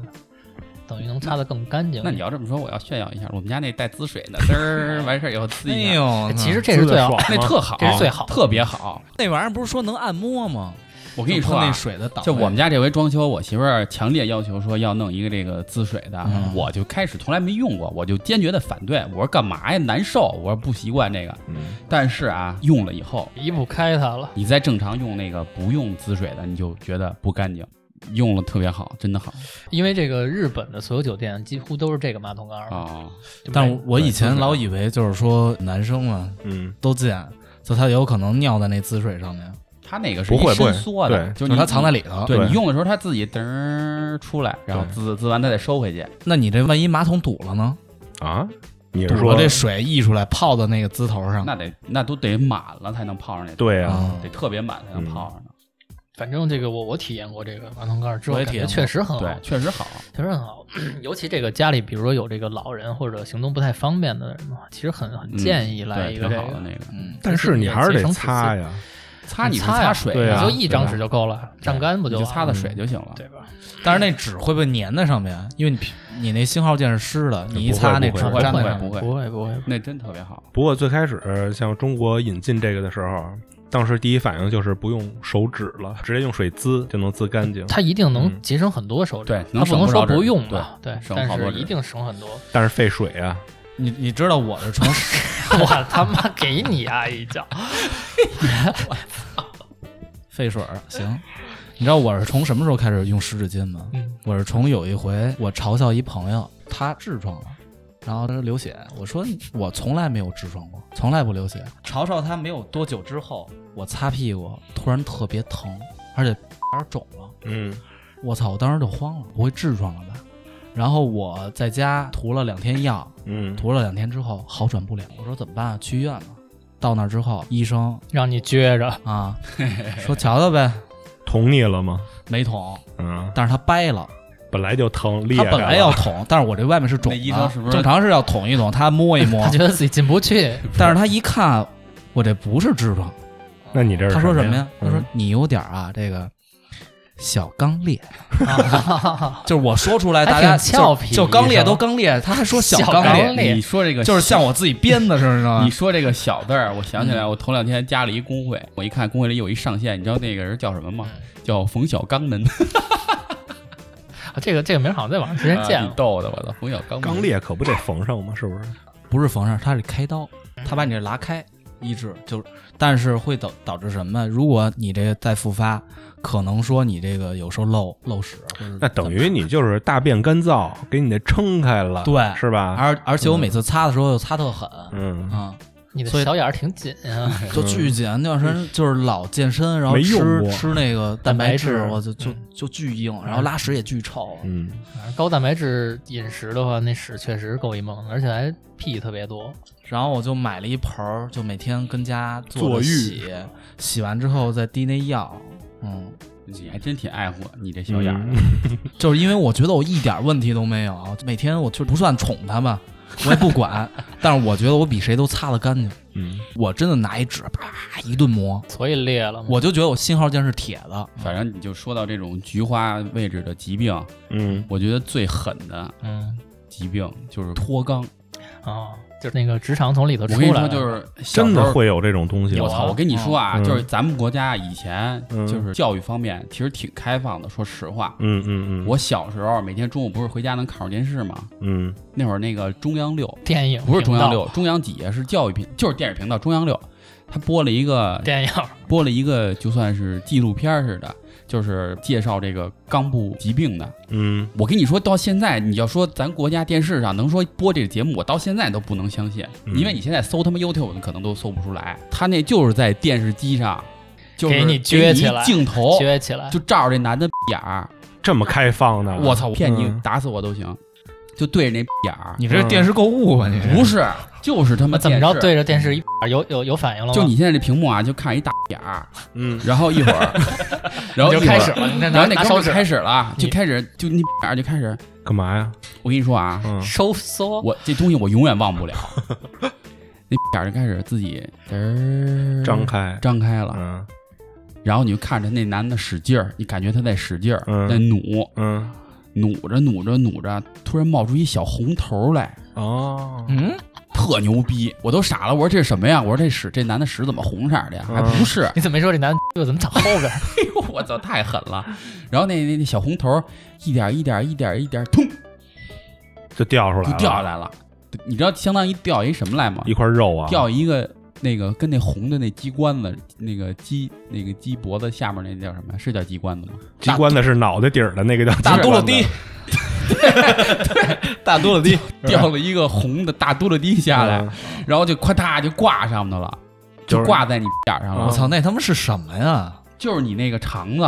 [SPEAKER 2] 等于能擦得更干净。
[SPEAKER 3] 那你要这么说，我要炫耀一下，我们家那带滋水的，滋儿完事儿以后滋
[SPEAKER 4] 哎
[SPEAKER 3] 一下，
[SPEAKER 4] 呦，
[SPEAKER 2] 其实
[SPEAKER 4] 嗯
[SPEAKER 2] 这是最好
[SPEAKER 5] 滋得爽，
[SPEAKER 3] 那特好，
[SPEAKER 2] 这是最好
[SPEAKER 3] 特别好。
[SPEAKER 4] 那玩意儿不是说能按摩吗？
[SPEAKER 3] 我
[SPEAKER 4] 我
[SPEAKER 3] 跟你说、啊，
[SPEAKER 4] 那水的档位，
[SPEAKER 3] 就我们家这回装修，我媳妇儿强烈要求说要弄一个这个滋水的，
[SPEAKER 4] 嗯
[SPEAKER 3] 我就开始从来没用过，我就坚决的反对，我说干嘛呀，难受，我说不习惯这个。
[SPEAKER 5] 嗯，
[SPEAKER 3] 但是啊，用了以后，
[SPEAKER 2] 移不开它了。
[SPEAKER 3] 你再正常用那个不用滋水的，你就觉得不干净，用了特别好，真的好
[SPEAKER 2] 因为这个日本的所有酒店几乎都是这个马桶盖儿
[SPEAKER 3] 啊、
[SPEAKER 2] 嘛，
[SPEAKER 3] 哦
[SPEAKER 4] 但我我以前
[SPEAKER 3] 对
[SPEAKER 4] 老以为就是说男生嘛
[SPEAKER 5] 嗯，
[SPEAKER 4] 都贱，就他有可能尿在那滋水上面，
[SPEAKER 3] 它那个是
[SPEAKER 5] 不会
[SPEAKER 3] 一伸缩的，
[SPEAKER 5] 不会
[SPEAKER 3] 就
[SPEAKER 4] 就是
[SPEAKER 3] 你
[SPEAKER 4] 他藏在。里头。
[SPEAKER 3] 对
[SPEAKER 5] 对
[SPEAKER 3] 你用的时候，它自己噔儿出来，然后
[SPEAKER 5] 对嗯
[SPEAKER 3] 滋滋完它再收回去。
[SPEAKER 4] 那你这万一马桶堵了呢？
[SPEAKER 5] 啊，你
[SPEAKER 4] 堵
[SPEAKER 5] 是说
[SPEAKER 4] 了这水溢出来泡到那个滋头上，
[SPEAKER 3] 那得那都得满了才能泡上那，
[SPEAKER 5] 对啊？
[SPEAKER 4] 啊
[SPEAKER 3] 得特别满才能泡上呢。
[SPEAKER 2] 反正这个我我体验过这个马桶盖儿之后，
[SPEAKER 4] 我也
[SPEAKER 2] 感
[SPEAKER 4] 体
[SPEAKER 2] 觉
[SPEAKER 4] 验过
[SPEAKER 2] 哦确实很好，
[SPEAKER 3] 对，确实好。
[SPEAKER 2] 确实很好。 尤其这个家里，比如说有这个老人或者行动不太方便的人嘛，其实很很
[SPEAKER 3] 嗯
[SPEAKER 2] 建议来
[SPEAKER 3] 对
[SPEAKER 2] 一个这
[SPEAKER 3] 挺好的
[SPEAKER 2] 个。
[SPEAKER 3] 那个，
[SPEAKER 4] 嗯，
[SPEAKER 5] 但是你还是得擦呀，
[SPEAKER 3] 擦你是
[SPEAKER 2] 擦呀
[SPEAKER 3] 擦水
[SPEAKER 5] 对
[SPEAKER 2] 你
[SPEAKER 5] 啊
[SPEAKER 2] 就一张纸就够了，
[SPEAKER 3] 对啊
[SPEAKER 2] 蘸干不
[SPEAKER 3] 你
[SPEAKER 2] 就
[SPEAKER 3] 就嗯
[SPEAKER 2] 完
[SPEAKER 3] 擦
[SPEAKER 2] 了
[SPEAKER 3] 擦水就行了。
[SPEAKER 2] 对吧？
[SPEAKER 4] 但是那纸会不会粘在上面？因为你你那信号键是湿的，你一擦那
[SPEAKER 5] 不
[SPEAKER 4] 纸
[SPEAKER 5] 会
[SPEAKER 3] 不会
[SPEAKER 4] 粘在
[SPEAKER 3] 不
[SPEAKER 4] 上
[SPEAKER 3] 会嗯
[SPEAKER 4] 面。
[SPEAKER 3] 不
[SPEAKER 2] 不会不会，
[SPEAKER 3] 那真特别好。
[SPEAKER 5] 不过最开始像中国引进这个的时候，当时第一反应就是不用手指了，直接用水滋就能滋干净。
[SPEAKER 2] 它一定能
[SPEAKER 5] 嗯
[SPEAKER 2] 节省很多手指，
[SPEAKER 3] 对
[SPEAKER 2] 它
[SPEAKER 3] 能
[SPEAKER 2] 不
[SPEAKER 3] 省
[SPEAKER 2] 能
[SPEAKER 3] 不
[SPEAKER 2] 说
[SPEAKER 3] 少
[SPEAKER 2] 不
[SPEAKER 3] 纸
[SPEAKER 2] 用吧？对，
[SPEAKER 3] 省
[SPEAKER 2] 但
[SPEAKER 3] 好多
[SPEAKER 2] 是
[SPEAKER 3] 纸
[SPEAKER 2] 一定省很多。
[SPEAKER 5] 但是费水啊，
[SPEAKER 4] 你你知道我是从
[SPEAKER 2] 我他妈给你啊一脚！
[SPEAKER 4] 废水儿行，你知道我是从什么时候开始用湿纸巾吗？
[SPEAKER 2] 嗯
[SPEAKER 4] 我是从有一回我嘲笑一朋友，他痔疮了。然后他流血，我说我从来没有痔疮过，从来不流血。嘲笑他没有多久之后，我擦屁股突然特别疼，而且有点肿了。
[SPEAKER 5] 嗯，
[SPEAKER 4] 我操！我当时就慌了，我会痔疮了吧？然后我在家涂了两天药，
[SPEAKER 5] 嗯，
[SPEAKER 4] 涂了两天之后好转不了，我说怎么办、啊？去医院了。到那儿之后，医生
[SPEAKER 2] 让你撅着，
[SPEAKER 4] 啊说瞧瞧呗，
[SPEAKER 5] 捅你了吗？
[SPEAKER 4] 没捅，啊
[SPEAKER 5] 嗯，
[SPEAKER 4] 但是他掰了，
[SPEAKER 5] 本来就疼，裂
[SPEAKER 4] 他
[SPEAKER 5] 开
[SPEAKER 4] 本来
[SPEAKER 5] 了
[SPEAKER 4] 要捅，但是我这外面是肿
[SPEAKER 3] 那医
[SPEAKER 4] 的，
[SPEAKER 3] 生是不是
[SPEAKER 4] 正常是要捅一捅，他摸一摸
[SPEAKER 2] 他，觉得自己进不去，
[SPEAKER 4] 但是他一看我这不是痔疮。
[SPEAKER 5] 那你这是
[SPEAKER 4] 他说
[SPEAKER 5] 什
[SPEAKER 4] 什么呀？他说
[SPEAKER 5] 嗯
[SPEAKER 4] 你有点儿啊，这个小刚烈，
[SPEAKER 2] 啊
[SPEAKER 4] 就是我说出来，
[SPEAKER 2] 还
[SPEAKER 4] 大家
[SPEAKER 2] 挺俏
[SPEAKER 4] 就
[SPEAKER 2] 皮
[SPEAKER 4] 就刚烈
[SPEAKER 2] 是吧
[SPEAKER 4] 都刚烈，他还说小
[SPEAKER 2] 小
[SPEAKER 4] 刚
[SPEAKER 2] 刚
[SPEAKER 4] 烈，
[SPEAKER 2] 烈
[SPEAKER 3] 你说这个
[SPEAKER 4] 就是像我自 己编的似的，知道吗
[SPEAKER 3] 你？说这个小字儿，我想起来，我头两天加了一公会，我一看公会里有一上线，你知道那个人叫什么吗？叫冯小刚门，
[SPEAKER 2] 这个这个名儿好像在网上之前见
[SPEAKER 3] 啊你
[SPEAKER 2] 过。
[SPEAKER 3] 逗的，我操！冯小刚门
[SPEAKER 5] 刚，裂可不得缝上吗？是不是？
[SPEAKER 4] 不是缝上，它是开刀，它把你这拉开医治，就是，但是会导导致什么？如果你这个再复发，可能说你这个有时候漏漏屎，或者
[SPEAKER 5] 那等于你就是大便干燥，给你那撑开了，
[SPEAKER 4] 对啊
[SPEAKER 5] 是吧？
[SPEAKER 4] 而而且我每次擦的时候又擦特狠，
[SPEAKER 5] 嗯，
[SPEAKER 4] 啊、
[SPEAKER 2] 你的
[SPEAKER 4] 所以
[SPEAKER 2] 小眼儿挺紧啊，
[SPEAKER 4] 就巨紧。那段时间就是老健身，然后
[SPEAKER 5] 没用
[SPEAKER 4] 吃
[SPEAKER 5] 过
[SPEAKER 4] 吃那个蛋白
[SPEAKER 2] 蛋
[SPEAKER 4] 质
[SPEAKER 2] 白，质
[SPEAKER 4] 我就就就巨硬，然后拉屎也巨臭。
[SPEAKER 5] 嗯，
[SPEAKER 2] 反正高蛋白质饮食的话，那屎确实够一梦的，而且还屁特别多。
[SPEAKER 4] 然后我就买了一盆儿，就每天跟家
[SPEAKER 3] 坐
[SPEAKER 4] 做
[SPEAKER 3] 浴
[SPEAKER 4] 洗，洗完之后再滴那药。嗯，
[SPEAKER 3] 你还真挺爱护你这小眼
[SPEAKER 5] 嗯
[SPEAKER 3] 儿的。
[SPEAKER 4] 就是因为我觉得我一点问题都没有，每天我就不算宠它吧，我也不管， 但是我觉得我比谁都擦得干净。
[SPEAKER 5] 嗯，
[SPEAKER 4] 我真的拿一纸啪一顿磨，
[SPEAKER 2] 所以裂了嘛。
[SPEAKER 4] 我就觉得我信号键是铁的。
[SPEAKER 3] 反正你就说到这种菊花位置的疾病，
[SPEAKER 5] 嗯，
[SPEAKER 3] 我觉得最狠的
[SPEAKER 2] 嗯
[SPEAKER 3] 疾病就是脱肛。
[SPEAKER 2] 啊，就是那个直肠从里头
[SPEAKER 3] 我
[SPEAKER 2] 出
[SPEAKER 3] 跟你
[SPEAKER 2] 来
[SPEAKER 3] 说，
[SPEAKER 2] 了，
[SPEAKER 3] 就是小
[SPEAKER 5] 真
[SPEAKER 3] 时
[SPEAKER 5] 的
[SPEAKER 3] 候
[SPEAKER 5] 会有这种东西。
[SPEAKER 2] 有
[SPEAKER 3] 我
[SPEAKER 2] 啊
[SPEAKER 3] 操！我跟你说啊，
[SPEAKER 5] 嗯
[SPEAKER 3] 就是咱们国家以前
[SPEAKER 5] 嗯
[SPEAKER 3] 就是教育方面其实挺开放的。说实话，
[SPEAKER 5] 嗯嗯嗯，
[SPEAKER 3] 我小时候每天中午不是回家能看会儿电视吗？
[SPEAKER 5] 嗯
[SPEAKER 3] 那会儿那个中央六
[SPEAKER 2] 电影
[SPEAKER 3] 不是中央
[SPEAKER 2] 频
[SPEAKER 3] 六，中央几是教育频，就是电视频道中央六，他播了一个
[SPEAKER 2] 道电影，
[SPEAKER 3] 播了一个就算是纪录片似的，就是介绍这个肛部疾病的。
[SPEAKER 5] 嗯，
[SPEAKER 3] 我跟你说，到现在你要说咱国家电视上能说播这个节目，我到现在都不能相信，
[SPEAKER 5] 嗯
[SPEAKER 3] 因为你现在搜他妈 YouTube 你可能都搜不出来，他那就是在电视机上，就是
[SPEAKER 2] 给你撅
[SPEAKER 3] 给
[SPEAKER 2] 起
[SPEAKER 3] 一
[SPEAKER 2] 来
[SPEAKER 3] 镜头
[SPEAKER 2] 撅起来
[SPEAKER 3] 就照着这男的眼儿，
[SPEAKER 5] 这么开放呢？
[SPEAKER 3] 我操，骗你
[SPEAKER 5] 嗯
[SPEAKER 3] 打死我都行，就对着那眼儿，
[SPEAKER 4] 你这是电视购物吧？你
[SPEAKER 3] 不是，就是他妈
[SPEAKER 2] 嗯怎么
[SPEAKER 3] 电
[SPEAKER 2] 着
[SPEAKER 3] 视嗯
[SPEAKER 2] 对着电视一把有有有反应了吗？
[SPEAKER 3] 就你现在这屏幕啊，就看一大眼儿，
[SPEAKER 5] 嗯，
[SPEAKER 3] 然后一会 儿，然后
[SPEAKER 2] 你就
[SPEAKER 3] 一会
[SPEAKER 2] 开
[SPEAKER 3] 儿
[SPEAKER 2] 始了，你看
[SPEAKER 3] 然
[SPEAKER 2] 拿
[SPEAKER 3] 后那
[SPEAKER 2] 拿
[SPEAKER 3] 哥
[SPEAKER 2] 手
[SPEAKER 3] 们儿
[SPEAKER 2] 指嗯
[SPEAKER 3] 开始了，
[SPEAKER 2] 你
[SPEAKER 3] 就开始就你眼儿就开始，
[SPEAKER 5] 干嘛呀？
[SPEAKER 3] 我跟你说啊，
[SPEAKER 5] 嗯，
[SPEAKER 2] 收缩，
[SPEAKER 3] 我这东西我永远忘不 了，那眼儿就开始自己嘚儿
[SPEAKER 5] 张开，
[SPEAKER 3] 嗯张开了，
[SPEAKER 5] 嗯
[SPEAKER 3] 然后你就看着那男的使劲儿，你感觉他在使劲儿，
[SPEAKER 5] 嗯
[SPEAKER 3] 在努
[SPEAKER 5] 嗯，
[SPEAKER 3] 努着努着努着，突然冒出一小红头来。
[SPEAKER 5] 哦，
[SPEAKER 4] 嗯，
[SPEAKER 3] 特牛逼，我都傻了。我说这是什么呀？我说这屎，这男的屎怎么红色儿的呀？
[SPEAKER 5] 嗯
[SPEAKER 3] 还 不是，哎
[SPEAKER 2] 你怎么没说这男的又怎么长后边儿？
[SPEAKER 3] 我操，太狠了！然后那那那小红头儿一点儿一点儿一点儿一点儿，砰
[SPEAKER 5] 就掉出来
[SPEAKER 3] 就
[SPEAKER 5] 了，
[SPEAKER 3] 掉下来了。你知道相当于掉一什么来吗？
[SPEAKER 5] 一块肉啊，
[SPEAKER 3] 掉一个那个跟那红的那鸡冠子，那个鸡那个鸡脖子下面那叫什么呀？是叫鸡冠子吗？
[SPEAKER 5] 鸡冠子是脑袋顶儿的那个叫
[SPEAKER 4] 大
[SPEAKER 5] 鸡
[SPEAKER 4] 嘟噜
[SPEAKER 5] 冠子
[SPEAKER 4] 滴， 对，大嘟噜滴，
[SPEAKER 3] 掉了一个红的大嘟噜滴下来，
[SPEAKER 5] 嗯
[SPEAKER 3] 然后就咔嗒就挂上头了，
[SPEAKER 5] 就是嗯
[SPEAKER 3] 就挂在你眼上了。
[SPEAKER 4] 我操，那他妈是什么呀？
[SPEAKER 3] 就是你那个肠子，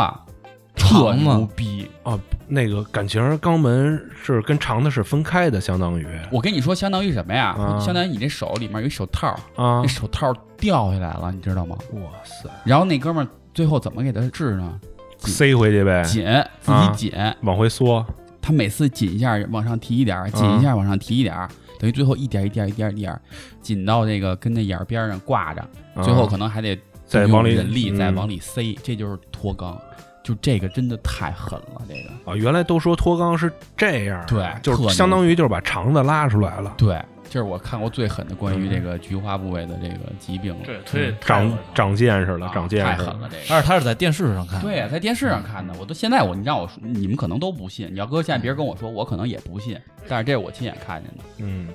[SPEAKER 3] 特
[SPEAKER 4] 肠子
[SPEAKER 3] 牛逼！
[SPEAKER 5] 哦，那个感情肛门是跟肠子是分开的，相当于
[SPEAKER 3] 我跟你说，相当于什么呀？
[SPEAKER 5] 啊
[SPEAKER 3] 相当于你这手里面有一手套，
[SPEAKER 5] 啊
[SPEAKER 3] 那，手套掉下来了，你知道吗？
[SPEAKER 5] 哇塞，
[SPEAKER 3] 然后那哥们儿最后怎么给他治呢？
[SPEAKER 5] 塞回去呗，
[SPEAKER 3] 紧，自
[SPEAKER 5] 嗯
[SPEAKER 3] 己紧，
[SPEAKER 5] 往回缩，
[SPEAKER 3] 他每次紧一下往上提一点儿，紧
[SPEAKER 5] 嗯
[SPEAKER 3] 一下往上提一点儿，等于最后一点儿一点儿一点儿一点儿紧到这个跟那眼儿边儿上挂着，
[SPEAKER 5] 啊
[SPEAKER 3] 最后可能还得
[SPEAKER 5] 再往里
[SPEAKER 3] 用人力
[SPEAKER 5] 嗯
[SPEAKER 3] 再往里塞，这就是脱肛。就这个真的太狠了，这个
[SPEAKER 5] 啊，原来都说脱肛是这样，
[SPEAKER 3] 对
[SPEAKER 5] 就
[SPEAKER 3] 特
[SPEAKER 5] 是
[SPEAKER 3] 牛
[SPEAKER 5] 相当于就是把肠子拉出来了，
[SPEAKER 3] 对，这是我看过最狠的关
[SPEAKER 5] 嗯
[SPEAKER 3] 于这个菊花部位的这个疾病了。
[SPEAKER 2] 对，推
[SPEAKER 3] 嗯
[SPEAKER 5] 长长见识了
[SPEAKER 3] 啊，
[SPEAKER 5] 长见
[SPEAKER 3] 太
[SPEAKER 5] 识
[SPEAKER 3] 狠了，这个。
[SPEAKER 4] 而且他是在电视上看，
[SPEAKER 3] 对，啊呀，在电视上看的，我都现在我你让我说，你们可能都不信。你要搁现在别人跟我说，我可能也不信。但是这是我亲眼看见的。
[SPEAKER 5] 嗯，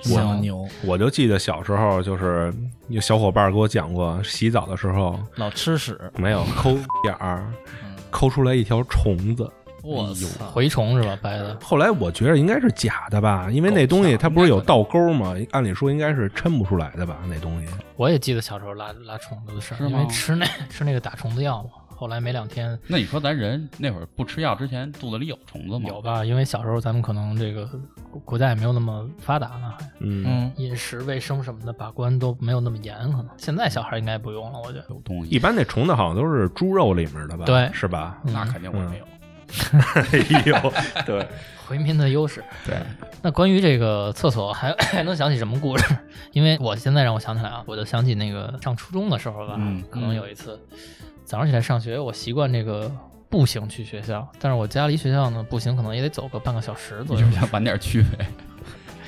[SPEAKER 4] 小牛
[SPEAKER 5] 我就记得小时候就是有小伙伴给我讲过，洗澡的时候
[SPEAKER 4] 老吃屎，
[SPEAKER 5] 没有抠眼儿，
[SPEAKER 4] 嗯
[SPEAKER 5] 抠出来一条虫子。
[SPEAKER 3] 哎
[SPEAKER 2] 我操，蛔虫是吧？白的，
[SPEAKER 5] 后来我觉得应该是假的吧，因为那东西它不是有倒钩吗？按理说应该是抻不出来的吧，那东西。
[SPEAKER 2] 我也记得小时候拉拉虫子的事儿，
[SPEAKER 3] 是吗
[SPEAKER 2] 因为吃那吃那个打虫子药嘛。后来没两天
[SPEAKER 3] 那你说咱人那会儿不吃药之前，肚子里有虫子吗？
[SPEAKER 2] 有吧，因为小时候咱们可能这个国国家也没有那么发达呢，还
[SPEAKER 5] 嗯，
[SPEAKER 4] 嗯，
[SPEAKER 2] 饮食卫生什么的把关都没有那么严，可能现在小孩应该不用了，我觉得。
[SPEAKER 3] 有东
[SPEAKER 5] 一
[SPEAKER 3] 西，
[SPEAKER 5] 般那虫子好像都是猪肉里面的吧？
[SPEAKER 2] 对
[SPEAKER 5] 是吧？
[SPEAKER 2] 嗯
[SPEAKER 3] 那肯定我没有。
[SPEAKER 5] 哎呦，对，
[SPEAKER 2] 回民的优势。
[SPEAKER 3] 对，
[SPEAKER 2] 那关于这个厕所还 还能想起什么故事？ 因为我现在让我想起来啊，我就想起那个上初中的时候吧，
[SPEAKER 3] 嗯
[SPEAKER 2] 可能有一次早上起来上学，我习惯这个步行去学校，但是我家离学校呢步行可能也得走个半个小时
[SPEAKER 3] 你
[SPEAKER 2] 左
[SPEAKER 3] 是
[SPEAKER 2] 右
[SPEAKER 3] 不，是想晚点去 呗？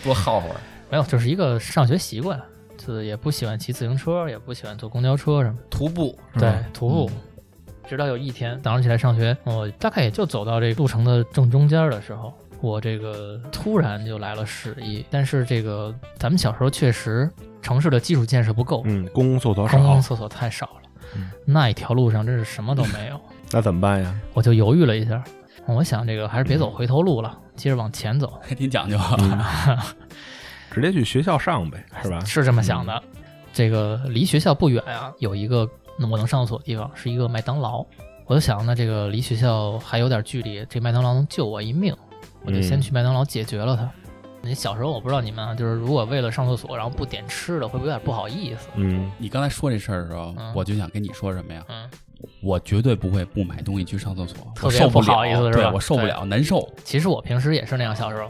[SPEAKER 3] 多耗会儿。
[SPEAKER 2] 没有，就是一个上学习惯，就是也不喜欢骑自行车，也不喜欢坐公交车什么的。
[SPEAKER 3] 徒 步是
[SPEAKER 2] 对
[SPEAKER 5] 嗯
[SPEAKER 3] 吧，
[SPEAKER 2] 徒步。直到有一天早上起来上学，我大概也就走到这个路程的正中间的时候，我这个突然就来了屎意。但是这个咱们小时候确实城市的基础建设不够，
[SPEAKER 5] 嗯，公共厕所
[SPEAKER 2] 公
[SPEAKER 5] 少嗯
[SPEAKER 2] 共，厕所太少了，那一条路上真是什么都没 有。
[SPEAKER 5] 那怎么办呀？
[SPEAKER 2] 我就犹豫了一下，我想这个还是别走回头路了，接着往前走。
[SPEAKER 3] 还挺讲究啊。
[SPEAKER 5] 嗯直接去学校 上呗，是吧？嗯
[SPEAKER 2] 是这么想的。这个离学校不远啊，有一个我能上厕所的地方，是一个麦当劳。我就想，那这个离学校还有点距离，这麦当劳能救我一命，我就
[SPEAKER 5] 嗯
[SPEAKER 2] 先去麦当劳解决了它。你小时候我不知道你们啊，就是如果为了上厕所然后不点吃的，会不会有点不好意思？
[SPEAKER 5] 嗯，
[SPEAKER 3] 你刚才说这事儿的时候，
[SPEAKER 2] 嗯
[SPEAKER 3] 我就想跟你说什么呀？
[SPEAKER 2] 嗯，
[SPEAKER 3] 我绝对不会不买东西去上厕所，
[SPEAKER 2] 特
[SPEAKER 3] 我
[SPEAKER 2] 别
[SPEAKER 3] 受
[SPEAKER 2] 不
[SPEAKER 3] 了，
[SPEAKER 2] 好意思是吧
[SPEAKER 3] 对我受不
[SPEAKER 2] 对
[SPEAKER 3] 了，难受。
[SPEAKER 2] 其实我平时也是那样，小时候，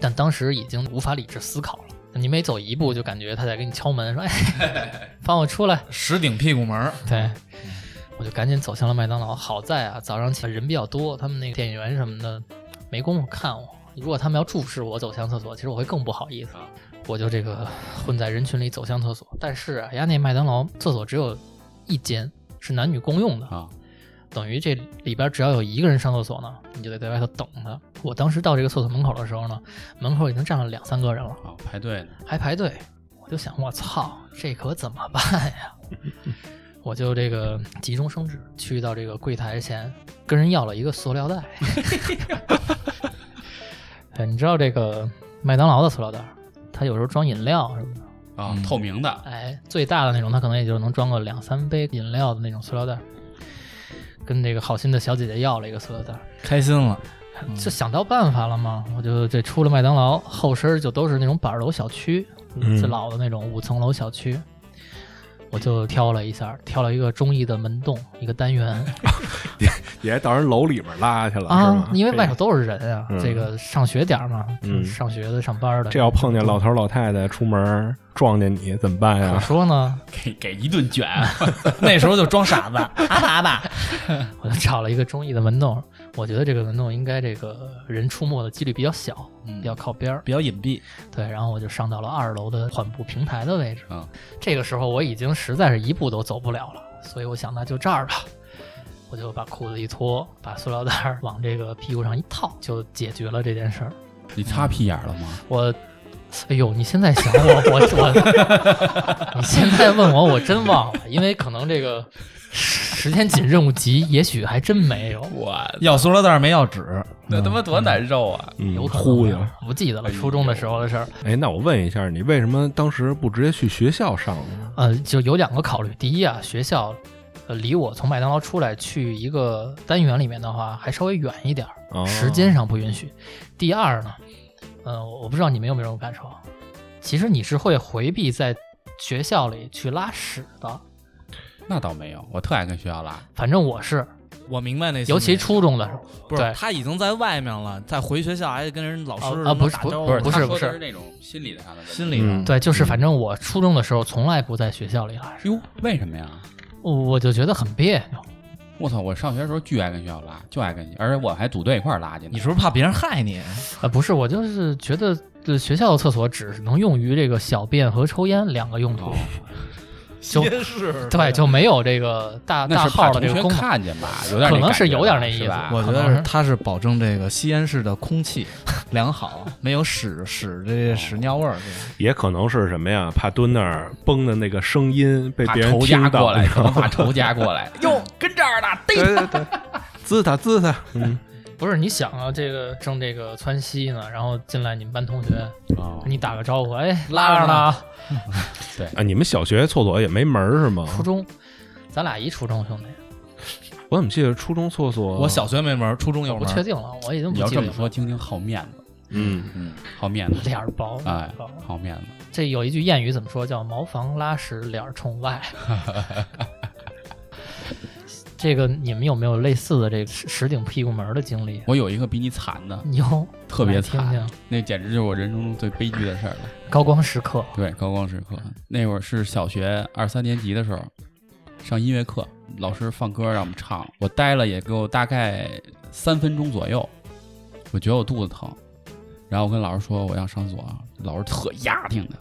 [SPEAKER 2] 但当时已经无法理智思考了。你每走一步就感觉他在给你敲门，说：“哎， 放我出来。”
[SPEAKER 6] 十顶屁股门儿，
[SPEAKER 2] 对，我就赶紧走向了麦当劳。好在啊，早上起来人比较多，他们那个店员什么的没工夫看我。如果他们要注视我走向厕所，其实我会更不好意思。我就这个混在人群里走向厕所，但是啊人家那麦当劳厕所只有一间，是男女共用的
[SPEAKER 3] 啊，
[SPEAKER 2] 等于这里边只要有一个人上厕所呢，你就得在外头等他。我当时到这个厕所门口的时候呢，门口已经站了两三个人了。
[SPEAKER 3] 啊，排队呢，
[SPEAKER 2] 还排队，我就想，我操，这可怎么办呀？ 我就这个急中生智，去到这个柜台前，跟人要了一个塑料袋。 哎，你知道这个麦当劳的塑料袋，它有时候装饮料什么的，
[SPEAKER 3] 啊，透明的，
[SPEAKER 2] 哎，最大的那种，它可能也就能装个两三杯饮料的那种塑料袋。跟这个好心的小姐姐要了一个塑料袋，
[SPEAKER 4] 开心了，
[SPEAKER 5] 嗯
[SPEAKER 2] 就想到办法了嘛，我就这出了麦当劳，后身就都是那种板儿楼小区，
[SPEAKER 5] 嗯
[SPEAKER 2] 最老的那种五层楼小区。我就挑了一下，挑了一个中意的门洞一个单 元
[SPEAKER 5] 也到人楼里面拉去了，是
[SPEAKER 2] 啊
[SPEAKER 5] 吗，？
[SPEAKER 2] 因为外
[SPEAKER 5] 这
[SPEAKER 2] 头都是人啊，
[SPEAKER 5] 嗯
[SPEAKER 2] 这个上学点儿嘛，
[SPEAKER 5] 嗯
[SPEAKER 2] 上学的、上班的，
[SPEAKER 5] 这要碰见老头老太太出门撞见你怎么办
[SPEAKER 2] 可
[SPEAKER 5] 呀？
[SPEAKER 2] 说呢，
[SPEAKER 3] 给给一顿卷，啊
[SPEAKER 6] 那时候就装傻子，
[SPEAKER 4] 啊
[SPEAKER 6] 哈哈吧，
[SPEAKER 2] 我就找了一个中意的门洞，我觉得这个门洞应该这个人出没的几率比较小，
[SPEAKER 5] 嗯
[SPEAKER 2] 比较靠边儿，
[SPEAKER 4] 比较隐蔽，
[SPEAKER 2] 对，然后我就上到了二楼的缓步平台的位置。
[SPEAKER 5] 嗯
[SPEAKER 3] 啊
[SPEAKER 2] 这个时候我已经实在是一步都走不了了，所以我想那就这儿吧，我就把裤子一脱，把塑料袋儿往这个屁股上一套，就解决了这件事儿。
[SPEAKER 3] 你擦屁眼了吗？
[SPEAKER 2] 我，哎呦，你现在想我，我我， 你现在问我，我真忘了，因为可能这个时间紧，任务急，也许还真没有。
[SPEAKER 3] 我
[SPEAKER 4] 要塑料袋儿没要纸，
[SPEAKER 3] 那他妈多难受啊！
[SPEAKER 5] 嗯
[SPEAKER 2] 有，可
[SPEAKER 5] 忽悠
[SPEAKER 2] 能。不记得了，初中的时候的事儿。
[SPEAKER 5] 哎，那我问一下，你为什么当时不直接去学校上呢？
[SPEAKER 2] 呃，就有两个考虑。第一啊，学校，呃，离我从麦当劳出来去一个单元里面的话，还稍微远一点儿，
[SPEAKER 5] 哦
[SPEAKER 2] 时间上不允许。第二呢，呃，我不知道你们有没有这种感受，啊其实你是会回避在学校里去拉屎的。
[SPEAKER 3] 那倒没有，我特爱跟学校拉。
[SPEAKER 2] 反正我是，
[SPEAKER 4] 我明白那心理，
[SPEAKER 2] 尤其初中的时候，
[SPEAKER 4] 不是
[SPEAKER 2] 对
[SPEAKER 4] 他已经在外面了，再回学校还得跟人老师
[SPEAKER 2] 啊啊
[SPEAKER 4] 什么
[SPEAKER 2] 不是
[SPEAKER 4] 打
[SPEAKER 2] 不
[SPEAKER 4] 招呼
[SPEAKER 2] 不是不
[SPEAKER 3] 他
[SPEAKER 2] 是
[SPEAKER 3] 说的那种心理的上的问题
[SPEAKER 4] 心里
[SPEAKER 5] 嗯
[SPEAKER 4] 的
[SPEAKER 2] 对，就是反正我初中的时候从来不在学校里拉屎，
[SPEAKER 3] 哟，为什么呀？
[SPEAKER 2] 我就觉得很别扭。
[SPEAKER 3] 我操！我上学的时候巨爱跟学校拉，就爱跟，而且我还组队一块儿拉去呢。
[SPEAKER 4] 你是不是怕别人害你？
[SPEAKER 2] 呃，不是，我就是觉得呃学校的厕所只能用于这个小便和抽烟两个用
[SPEAKER 5] 哦
[SPEAKER 2] 途，就
[SPEAKER 4] 是
[SPEAKER 2] 对，就没有这个大
[SPEAKER 3] 那
[SPEAKER 2] 啊大
[SPEAKER 3] 是怕
[SPEAKER 2] 号的
[SPEAKER 3] 同
[SPEAKER 2] 这
[SPEAKER 3] 学
[SPEAKER 2] 个功能。
[SPEAKER 3] 看见 吧？有点那
[SPEAKER 2] 可能是
[SPEAKER 3] 感觉
[SPEAKER 2] 有点
[SPEAKER 3] 吧
[SPEAKER 2] 那意思
[SPEAKER 3] 是吧
[SPEAKER 4] 我觉得他是保证这个吸烟室的空气良好，没有屎屎这些屎尿味儿。这
[SPEAKER 5] 也可能是什么呀？怕蹲那儿崩的那个声音被
[SPEAKER 3] 怕
[SPEAKER 5] 别人
[SPEAKER 3] 仇
[SPEAKER 5] 听
[SPEAKER 3] 家
[SPEAKER 5] 到
[SPEAKER 3] 过来，
[SPEAKER 5] 你知
[SPEAKER 3] 可
[SPEAKER 5] 道
[SPEAKER 3] 能
[SPEAKER 5] 吗
[SPEAKER 3] 怕仇家过来。 哟，跟这儿呢，
[SPEAKER 5] 对对对， 滋他滋他，嗯，
[SPEAKER 2] 不是你想啊，这个正这个窜稀呢，然后进来你们班同学，
[SPEAKER 3] 哦
[SPEAKER 2] 你打个招呼，哎，拉
[SPEAKER 4] 拉
[SPEAKER 2] 着
[SPEAKER 4] 着
[SPEAKER 2] 呢
[SPEAKER 4] 呢。
[SPEAKER 5] 啊，你们小学厕所也没门儿是吗？
[SPEAKER 2] 初中，咱俩一初中兄弟，
[SPEAKER 5] 我怎么记得初中厕所？
[SPEAKER 4] 我小学没门儿，初中有
[SPEAKER 2] 我不
[SPEAKER 4] 门
[SPEAKER 2] 确
[SPEAKER 4] 儿。
[SPEAKER 2] 定了，我已经
[SPEAKER 3] 你
[SPEAKER 2] 不
[SPEAKER 3] 要
[SPEAKER 2] 记
[SPEAKER 3] 这
[SPEAKER 2] 得有
[SPEAKER 3] 么说，晶晶好面子，
[SPEAKER 5] 嗯，
[SPEAKER 3] 嗯，好面子，
[SPEAKER 2] 脸儿薄。脸
[SPEAKER 3] 哎
[SPEAKER 2] 儿薄，
[SPEAKER 3] 好面子。
[SPEAKER 2] 这有一句谚语 怎么说？叫“茅房拉屎脸儿冲外”这个你们有没有类似的这个实实顶屁股门儿的经历？
[SPEAKER 3] 我有一个比你惨的，
[SPEAKER 2] 有，
[SPEAKER 3] 特别
[SPEAKER 2] 来听
[SPEAKER 3] 惨，
[SPEAKER 2] 听
[SPEAKER 3] 那简直就是我人生中最悲剧的事儿了。
[SPEAKER 2] 高光时刻，
[SPEAKER 3] 对，高光时刻，那会儿是小学二三年级的时候，上音乐课，老师放歌让我们唱，我待了也够大概三分钟左右，我觉得我肚子疼，然后我跟老师说我要上厕所，老师特压挺的，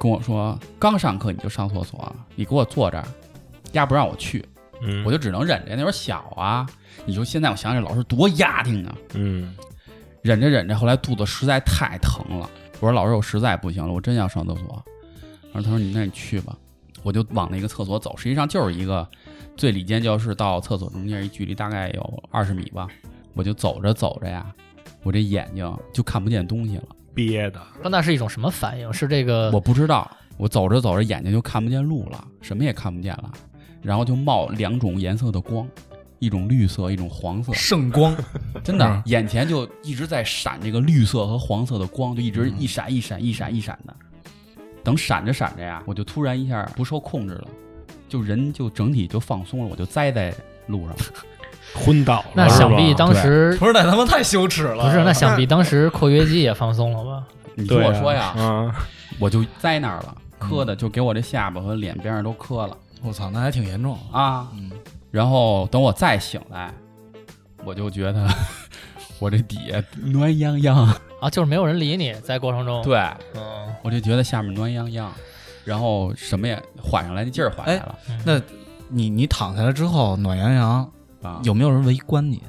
[SPEAKER 3] 跟我说刚上课你就上厕所，你给我坐这儿，丫不让我去，
[SPEAKER 5] 嗯，
[SPEAKER 3] 我就只能忍着。那会儿小啊，你说现在我想想，老师多压挺啊，
[SPEAKER 5] 嗯
[SPEAKER 3] 忍着忍着，后来肚子实在太疼了，我说老师，我实在不行了，我真要上厕所。然后他说你那你去吧，我就往那个厕所走，实际上就是一个最里间教室到厕所中间一距离大概有二十米吧，我就走着走着呀，我这眼睛就看不见东西了，
[SPEAKER 5] 憋的，
[SPEAKER 2] 那那是一种什么反应？是这个
[SPEAKER 3] 我不知道，我走着走着眼睛就看不见路了，什么也看不见了，然后就冒两种颜色的光，一种绿色，一种黄色，
[SPEAKER 6] 圣光，
[SPEAKER 3] 真的
[SPEAKER 6] 嗯，
[SPEAKER 3] 眼前就一直在闪这个绿色和黄色的光，就一直一闪一闪一闪一闪的。等闪着闪着呀，我就突然一下不受控制了，就人就整体就放松了，我就栽在路上。
[SPEAKER 5] 昏倒了。
[SPEAKER 2] 那
[SPEAKER 5] 是
[SPEAKER 2] 想
[SPEAKER 5] 吧
[SPEAKER 2] 必当时
[SPEAKER 6] 不是那他妈太羞耻了。
[SPEAKER 2] 不是，那想必当时括约肌也放松了吧？
[SPEAKER 3] 你听
[SPEAKER 5] 对
[SPEAKER 3] 我说呀，
[SPEAKER 5] 啊，
[SPEAKER 3] 我就栽那儿了，磕的就给我这下巴和脸边上都磕了
[SPEAKER 4] 我操，那还挺严重啊。
[SPEAKER 3] 啊。
[SPEAKER 4] 嗯，
[SPEAKER 3] 然后等我再醒来，我就觉得 我这底下暖洋洋，
[SPEAKER 2] 啊，就是没有人理你，在过程中，，
[SPEAKER 3] 对
[SPEAKER 2] 嗯，
[SPEAKER 3] 我就觉得下面暖洋洋，然后什么也缓上来，那劲儿缓上来了。
[SPEAKER 4] 那你你躺下来之后暖洋洋，
[SPEAKER 3] 啊，
[SPEAKER 4] 有没有人围观你？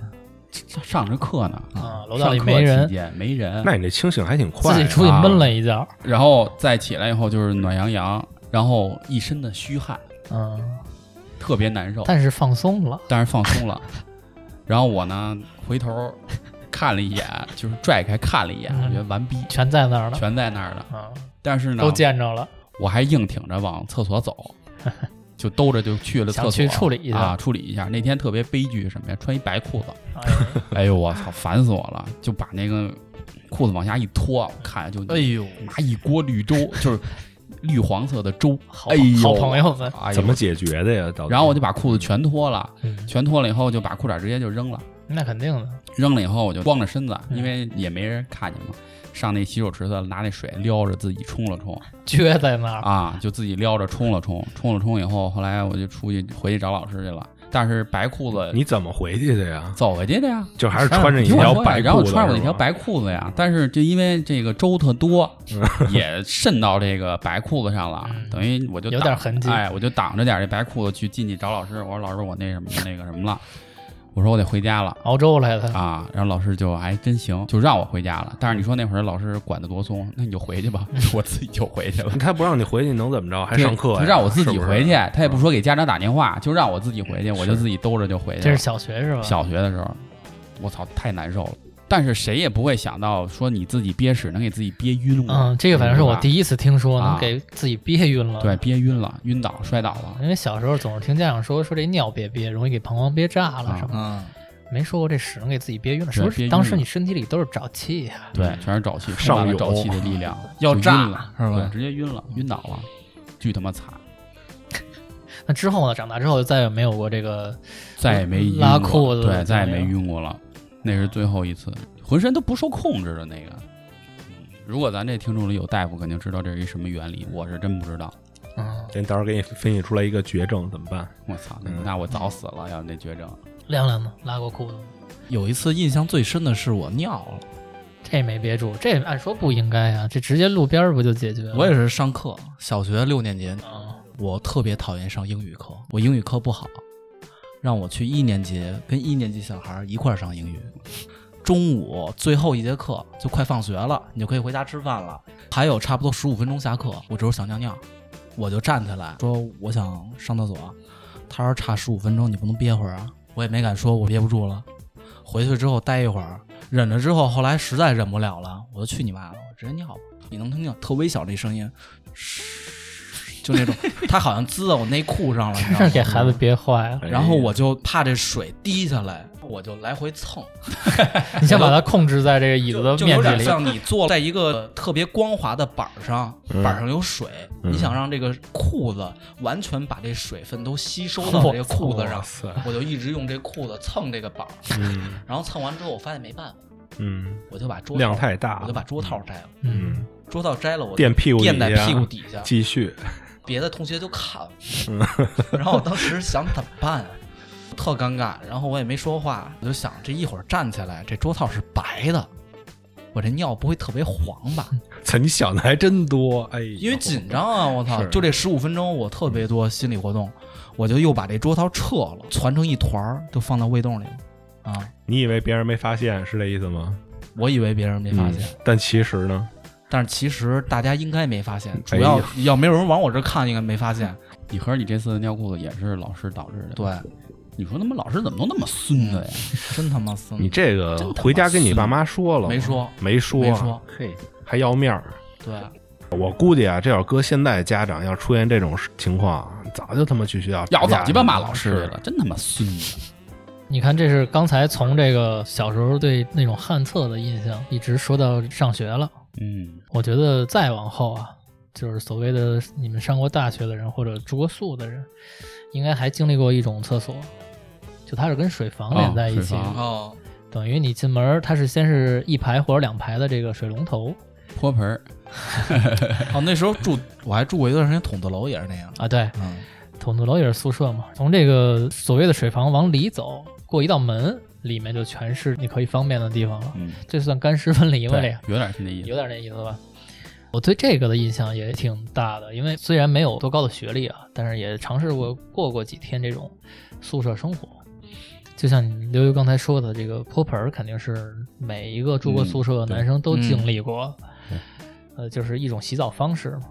[SPEAKER 3] 上着课呢，
[SPEAKER 2] 啊，楼道
[SPEAKER 3] 嗯上
[SPEAKER 2] 里
[SPEAKER 3] 课
[SPEAKER 2] 没
[SPEAKER 3] 期
[SPEAKER 2] 人，
[SPEAKER 3] 间没人，
[SPEAKER 5] 那你这清醒还挺快
[SPEAKER 2] 自
[SPEAKER 5] 啊，
[SPEAKER 2] 己出去闷了一觉，
[SPEAKER 3] 然后再起来以后就是暖洋洋，然后一身的虚汗，
[SPEAKER 2] 嗯，
[SPEAKER 3] 特别难受，
[SPEAKER 2] 但是放松了，
[SPEAKER 3] 但是放松了。 然后我呢回头看了一眼，就是拽开看了一眼，
[SPEAKER 2] 嗯
[SPEAKER 3] 我觉得完逼，
[SPEAKER 2] 全在那儿呢，
[SPEAKER 3] 全在那儿呢。
[SPEAKER 2] 啊，
[SPEAKER 3] 但是呢
[SPEAKER 2] 都，见着了，
[SPEAKER 3] 我还硬挺着往厕 所走，就兜着就去了厕所，
[SPEAKER 2] 想去处理一下
[SPEAKER 3] 啊，处理一下。那天特别悲剧，什么呀？穿一白裤子，
[SPEAKER 2] 哎呦
[SPEAKER 3] 哎呦我操，烦死我了！就把那个裤子往下一脱，我看就
[SPEAKER 4] 哎呦，
[SPEAKER 3] 拿一锅绿粥，就是绿黄色的 粥，
[SPEAKER 2] 好
[SPEAKER 3] 哎呦
[SPEAKER 2] 好朋友们，
[SPEAKER 3] 哎呦
[SPEAKER 5] 怎么解决的呀？到底
[SPEAKER 3] 然后我就把裤子全脱了，
[SPEAKER 2] 嗯，
[SPEAKER 3] 全脱了以后就把裤衩直接就扔了，
[SPEAKER 2] 那肯定的，
[SPEAKER 3] 扔了以后我就光着身子，
[SPEAKER 2] 嗯
[SPEAKER 3] 因为也没人看见嘛。上那洗手池子拿那水撩着自己冲了冲
[SPEAKER 2] 撅在那儿，
[SPEAKER 3] 啊，就自己撩着冲了冲，冲了冲以后，后来我就出去回去找老师去了。但是白裤子
[SPEAKER 5] 你怎么回去的呀？
[SPEAKER 3] 走回去的呀，
[SPEAKER 5] 就还是穿着一
[SPEAKER 3] 啊听我
[SPEAKER 5] 条
[SPEAKER 3] 说呀
[SPEAKER 5] 白裤子，
[SPEAKER 3] 然后穿着我那条
[SPEAKER 5] 是吧
[SPEAKER 3] 白裤子呀，但是就因为这个粥特多，
[SPEAKER 5] 嗯
[SPEAKER 3] 也渗到这个白裤子上了，
[SPEAKER 2] 嗯
[SPEAKER 3] 等于我就
[SPEAKER 2] 有
[SPEAKER 3] 挡
[SPEAKER 2] 点痕
[SPEAKER 5] 嗯
[SPEAKER 2] 迹
[SPEAKER 3] 哎，我就挡着点这白裤子去进去找老师，我说老师我那什么那个什么了，我说我得回家了。
[SPEAKER 2] 熬粥来
[SPEAKER 5] 嗯
[SPEAKER 2] 的，
[SPEAKER 3] 啊，然后老师就哎真行，就让我回家了。但是你说那会儿老师管得多松，那你就回去吧，我自己就回去了。
[SPEAKER 5] 他不让你回去，你能怎么嗯着？还上课呀？
[SPEAKER 3] 他让我自己
[SPEAKER 5] 是不是啊嗯
[SPEAKER 3] 回去，他也不说给家长打电话，就让我自己回去，我就是自己兜着就回去了。
[SPEAKER 2] 这是小学是吧？
[SPEAKER 3] 哎小学的时候，我操，太难受了。但是谁也不会想到说你自己憋屎能给自己憋晕了。
[SPEAKER 2] 嗯，这个反正是我第一次听说
[SPEAKER 3] 啊
[SPEAKER 2] 能给自己憋晕了，
[SPEAKER 3] 对，憋晕了，晕倒摔倒了。
[SPEAKER 2] 因为小时候总是听家长说说这尿别憋，容易给膀胱憋炸了
[SPEAKER 3] 啊
[SPEAKER 2] 什么的，
[SPEAKER 4] 嗯，
[SPEAKER 2] 没说过这屎能给自己憋晕了，是不
[SPEAKER 3] 憋
[SPEAKER 2] 是？
[SPEAKER 3] 晕
[SPEAKER 2] 当
[SPEAKER 3] 了
[SPEAKER 2] 时你身体里都是沼气呀、
[SPEAKER 3] 对，嗯全是沼气，充
[SPEAKER 5] 上
[SPEAKER 3] 满了
[SPEAKER 5] 涌
[SPEAKER 3] 沼气的力量，
[SPEAKER 4] 要
[SPEAKER 3] 就
[SPEAKER 4] 炸
[SPEAKER 3] 晕了
[SPEAKER 4] 是吧
[SPEAKER 3] 对，直接晕了，晕倒了，巨他妈惨，
[SPEAKER 2] 那之后呢？长大之后就再也没有过这个，
[SPEAKER 3] 再也没晕过
[SPEAKER 2] 拉裤子
[SPEAKER 3] 对，再也
[SPEAKER 2] 怎么
[SPEAKER 3] 没
[SPEAKER 2] 样
[SPEAKER 3] 晕过了，那是最后一次，浑身都不受控制的那个。嗯如果咱这听众里有大夫，肯定知道这是一什么原理，我是真不知道。
[SPEAKER 2] 嗯，
[SPEAKER 5] 人到时候给你分析出来一个绝症怎么办？
[SPEAKER 3] 我操，那
[SPEAKER 5] 嗯
[SPEAKER 3] 那我早死了，要是那绝症。
[SPEAKER 2] 亮亮呢？拉过裤子吗，
[SPEAKER 4] 有一次印象最深的是我尿了，
[SPEAKER 2] 这没憋住，这按说不应该啊，这直接路边儿不就解决了？
[SPEAKER 4] 我也是上课，小学六年级，
[SPEAKER 2] 啊，
[SPEAKER 4] 我特别讨厌上英语课，我英语课不好，让我去一年级跟一年级小孩一块儿上英语。中午最后一节课就快放学了，你就可以回家吃饭了，还有差不多十五分钟下课，我这时候想尿尿，我就站起来说我想上厕所，他说差十五分钟你不能憋会儿啊，我也没敢说，我憋不住了，回去之后待一会儿，忍了之后，后来实在忍不了了，我就去你妈的，我直接尿吧，你能听见特微小的一声音，嘘。就那种他好像滋到我内裤上了，你 知
[SPEAKER 2] 这
[SPEAKER 4] 道
[SPEAKER 2] 是给
[SPEAKER 4] 吗？
[SPEAKER 2] 孩子憋坏
[SPEAKER 5] 哎
[SPEAKER 2] 了。
[SPEAKER 4] 然后我就怕这水滴下来，我就来回蹭，
[SPEAKER 2] 你先把它控制在这个椅子的
[SPEAKER 4] 就
[SPEAKER 2] 面
[SPEAKER 4] 有
[SPEAKER 2] 积
[SPEAKER 4] 点
[SPEAKER 2] 里，
[SPEAKER 4] 像你坐在一个特别光滑的板儿上，
[SPEAKER 5] 嗯
[SPEAKER 4] 板儿上有水，
[SPEAKER 5] 嗯
[SPEAKER 4] 你想让这个裤子完全把这水分都吸收到这个裤子上，
[SPEAKER 5] 塞，
[SPEAKER 4] 我就一直用这裤子蹭这个板儿，
[SPEAKER 5] 嗯
[SPEAKER 4] 然后蹭完之后我发现没办法，
[SPEAKER 5] 嗯，
[SPEAKER 4] 我就把桌套
[SPEAKER 5] 量太大了，
[SPEAKER 4] 我就把桌套摘了，
[SPEAKER 5] 嗯
[SPEAKER 4] 桌套摘了我
[SPEAKER 5] 垫屁股底下
[SPEAKER 4] 垫在屁股底下，
[SPEAKER 5] 继续，
[SPEAKER 4] 别的同学就看我， 然后我当时想怎么办啊，特尴尬，然后我也没说话，我就想这一会儿站起来，这桌套是白的，我这尿不会特别黄 吧？
[SPEAKER 5] 操，你想的还真多， 哎呦，
[SPEAKER 4] 因为紧张啊，我操！
[SPEAKER 5] 是
[SPEAKER 4] 就这十五分钟，我特别多心理活动，我就又把这桌套撤了，攒成一团儿，就放到胃洞里了。啊，
[SPEAKER 5] 你以为别人没发现是这意思吗？
[SPEAKER 4] 我以为别人没发现，
[SPEAKER 5] 但其实呢，
[SPEAKER 4] 但是其实大家应该没发现，
[SPEAKER 5] 哎
[SPEAKER 4] 主
[SPEAKER 5] 呀
[SPEAKER 4] 要、要没有人往我这儿看，应该没发现。
[SPEAKER 3] 你和你这次尿裤子也是老师导致的。
[SPEAKER 4] 对，
[SPEAKER 3] 你说他妈老师怎么都那么孙子呀？
[SPEAKER 4] 真嗯他妈孙
[SPEAKER 5] 你
[SPEAKER 4] 子，
[SPEAKER 5] 这个
[SPEAKER 3] 真他妈
[SPEAKER 5] 回家跟你爸妈说了吗
[SPEAKER 4] 没说
[SPEAKER 5] 没说
[SPEAKER 4] 没说，
[SPEAKER 3] 嘿，
[SPEAKER 5] 还要面儿。
[SPEAKER 4] 对，
[SPEAKER 5] 我估计啊，这要搁现在家长要出现这种情况，早就他妈去学校
[SPEAKER 3] 要
[SPEAKER 5] 吵架
[SPEAKER 3] 早鸡巴骂
[SPEAKER 5] 了
[SPEAKER 3] 老师去了，。真他妈孙子！
[SPEAKER 2] 你看，这是刚才从这个小时候对那种旱厕的印象，一直说到上学了。
[SPEAKER 3] 嗯，
[SPEAKER 2] 我觉得再往后啊，就是所谓的你们上过大学的人或者住过宿的人，应该还经历过一种厕所，就它是跟水房连在一起的，
[SPEAKER 3] 哦水房
[SPEAKER 4] 哦，
[SPEAKER 2] 等于你进门儿它是先是一排或者两排的这个水龙头
[SPEAKER 3] 泼盆儿，
[SPEAKER 4] 哦，那时候住我还住过一段时间筒子楼，也是那样。
[SPEAKER 2] 啊，对，
[SPEAKER 4] 嗯，
[SPEAKER 2] 筒子楼也是宿舍嘛。从这个所谓的水房往里走，过一道门，里面就全是你可以方便的地方了。
[SPEAKER 3] 嗯，
[SPEAKER 2] 这算干湿分离吗？这
[SPEAKER 3] 对
[SPEAKER 2] 个，
[SPEAKER 3] 有点是那意
[SPEAKER 2] 有
[SPEAKER 3] 思。
[SPEAKER 2] 点那意思吧。我对这个的印象也挺大的，因为虽然没有多高的学历啊，但是也尝试过过过几天这种宿舍生活。就像你刘刘刚才说的，这个泼盆儿肯定是每一个住过宿舍
[SPEAKER 3] 嗯
[SPEAKER 2] 的
[SPEAKER 3] 对
[SPEAKER 2] 男生都
[SPEAKER 4] 嗯
[SPEAKER 2] 经历过，
[SPEAKER 3] 对
[SPEAKER 2] 呃，就是一种洗澡方式嘛，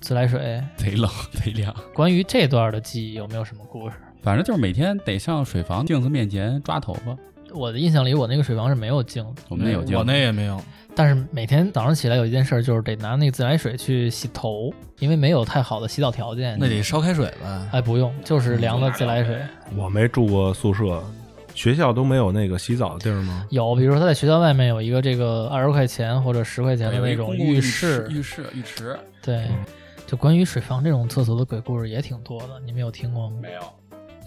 [SPEAKER 2] 自来水。
[SPEAKER 3] 贼冷贼凉，
[SPEAKER 2] 关于这段的记忆有没有什么故事？
[SPEAKER 3] 反正就是每天得上水房镜子面前抓头发。
[SPEAKER 2] 我的印象里，我那个水房是没有镜子，
[SPEAKER 3] 我们那有镜
[SPEAKER 4] 哎我
[SPEAKER 3] 子，
[SPEAKER 4] 那也没有。
[SPEAKER 2] 但是每天早上起来有一件事儿就是得拿那个自来水去洗头，因为没有太好的洗澡条件，
[SPEAKER 4] 那得烧开水吧？
[SPEAKER 2] 哎，不用，
[SPEAKER 3] 嗯
[SPEAKER 2] 就是凉的自来水。
[SPEAKER 5] 我没住过宿舍，学校都没有那个洗澡的地儿吗？
[SPEAKER 2] 有，比如说他在学校外面有一个这个二十块钱或者十块钱的
[SPEAKER 3] 有
[SPEAKER 2] 那
[SPEAKER 3] 一
[SPEAKER 2] 种
[SPEAKER 3] 哎公共
[SPEAKER 2] 浴
[SPEAKER 3] 浴
[SPEAKER 2] 室，
[SPEAKER 3] 浴室、嗯浴池。
[SPEAKER 2] 对。就关于水房这种厕所的鬼故事也挺多的，你们有听过吗？
[SPEAKER 3] 没有，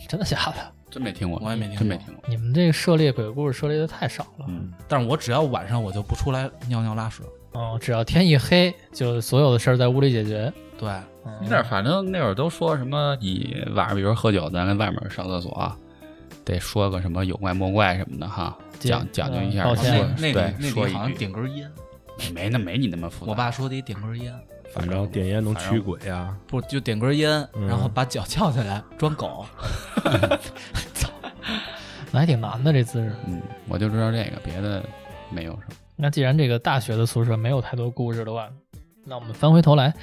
[SPEAKER 2] 真的假的？
[SPEAKER 3] 真没听过，
[SPEAKER 4] 我也没听过
[SPEAKER 3] 真没听过。
[SPEAKER 2] 你们这个涉猎鬼故事涉猎的太少了。
[SPEAKER 3] 嗯，
[SPEAKER 4] 但是我只要晚上我就不出来尿尿拉屎。
[SPEAKER 2] 嗯，只要天一黑，就所有的事儿在屋里解决。
[SPEAKER 4] 对，
[SPEAKER 2] 嗯
[SPEAKER 3] 那反正那会儿都说什么，你晚上比如喝酒，咱跟外面上厕所啊，得说个什么有怪莫怪什么的哈，
[SPEAKER 2] 对
[SPEAKER 3] 讲讲究一下。
[SPEAKER 2] 嗯抱
[SPEAKER 4] 哦
[SPEAKER 2] 歉
[SPEAKER 3] 说
[SPEAKER 4] 那那
[SPEAKER 3] 对
[SPEAKER 4] 里那
[SPEAKER 3] 说
[SPEAKER 4] 里好像
[SPEAKER 3] 一句，
[SPEAKER 4] 点根烟，
[SPEAKER 3] 没那没你那么复杂。
[SPEAKER 4] 我爸说得点根烟，
[SPEAKER 5] 怎么着，点烟能
[SPEAKER 3] 反
[SPEAKER 5] 驱
[SPEAKER 3] 正
[SPEAKER 5] 鬼啊？
[SPEAKER 4] 不就点根烟，
[SPEAKER 5] 嗯
[SPEAKER 4] 然后把脚翘起来装狗。
[SPEAKER 2] 那还挺难的这姿势。
[SPEAKER 3] 嗯，我就知道这个，别的没有什么。
[SPEAKER 2] 那既然这个大学的宿舍没有太多故事的话，那我们翻回头来，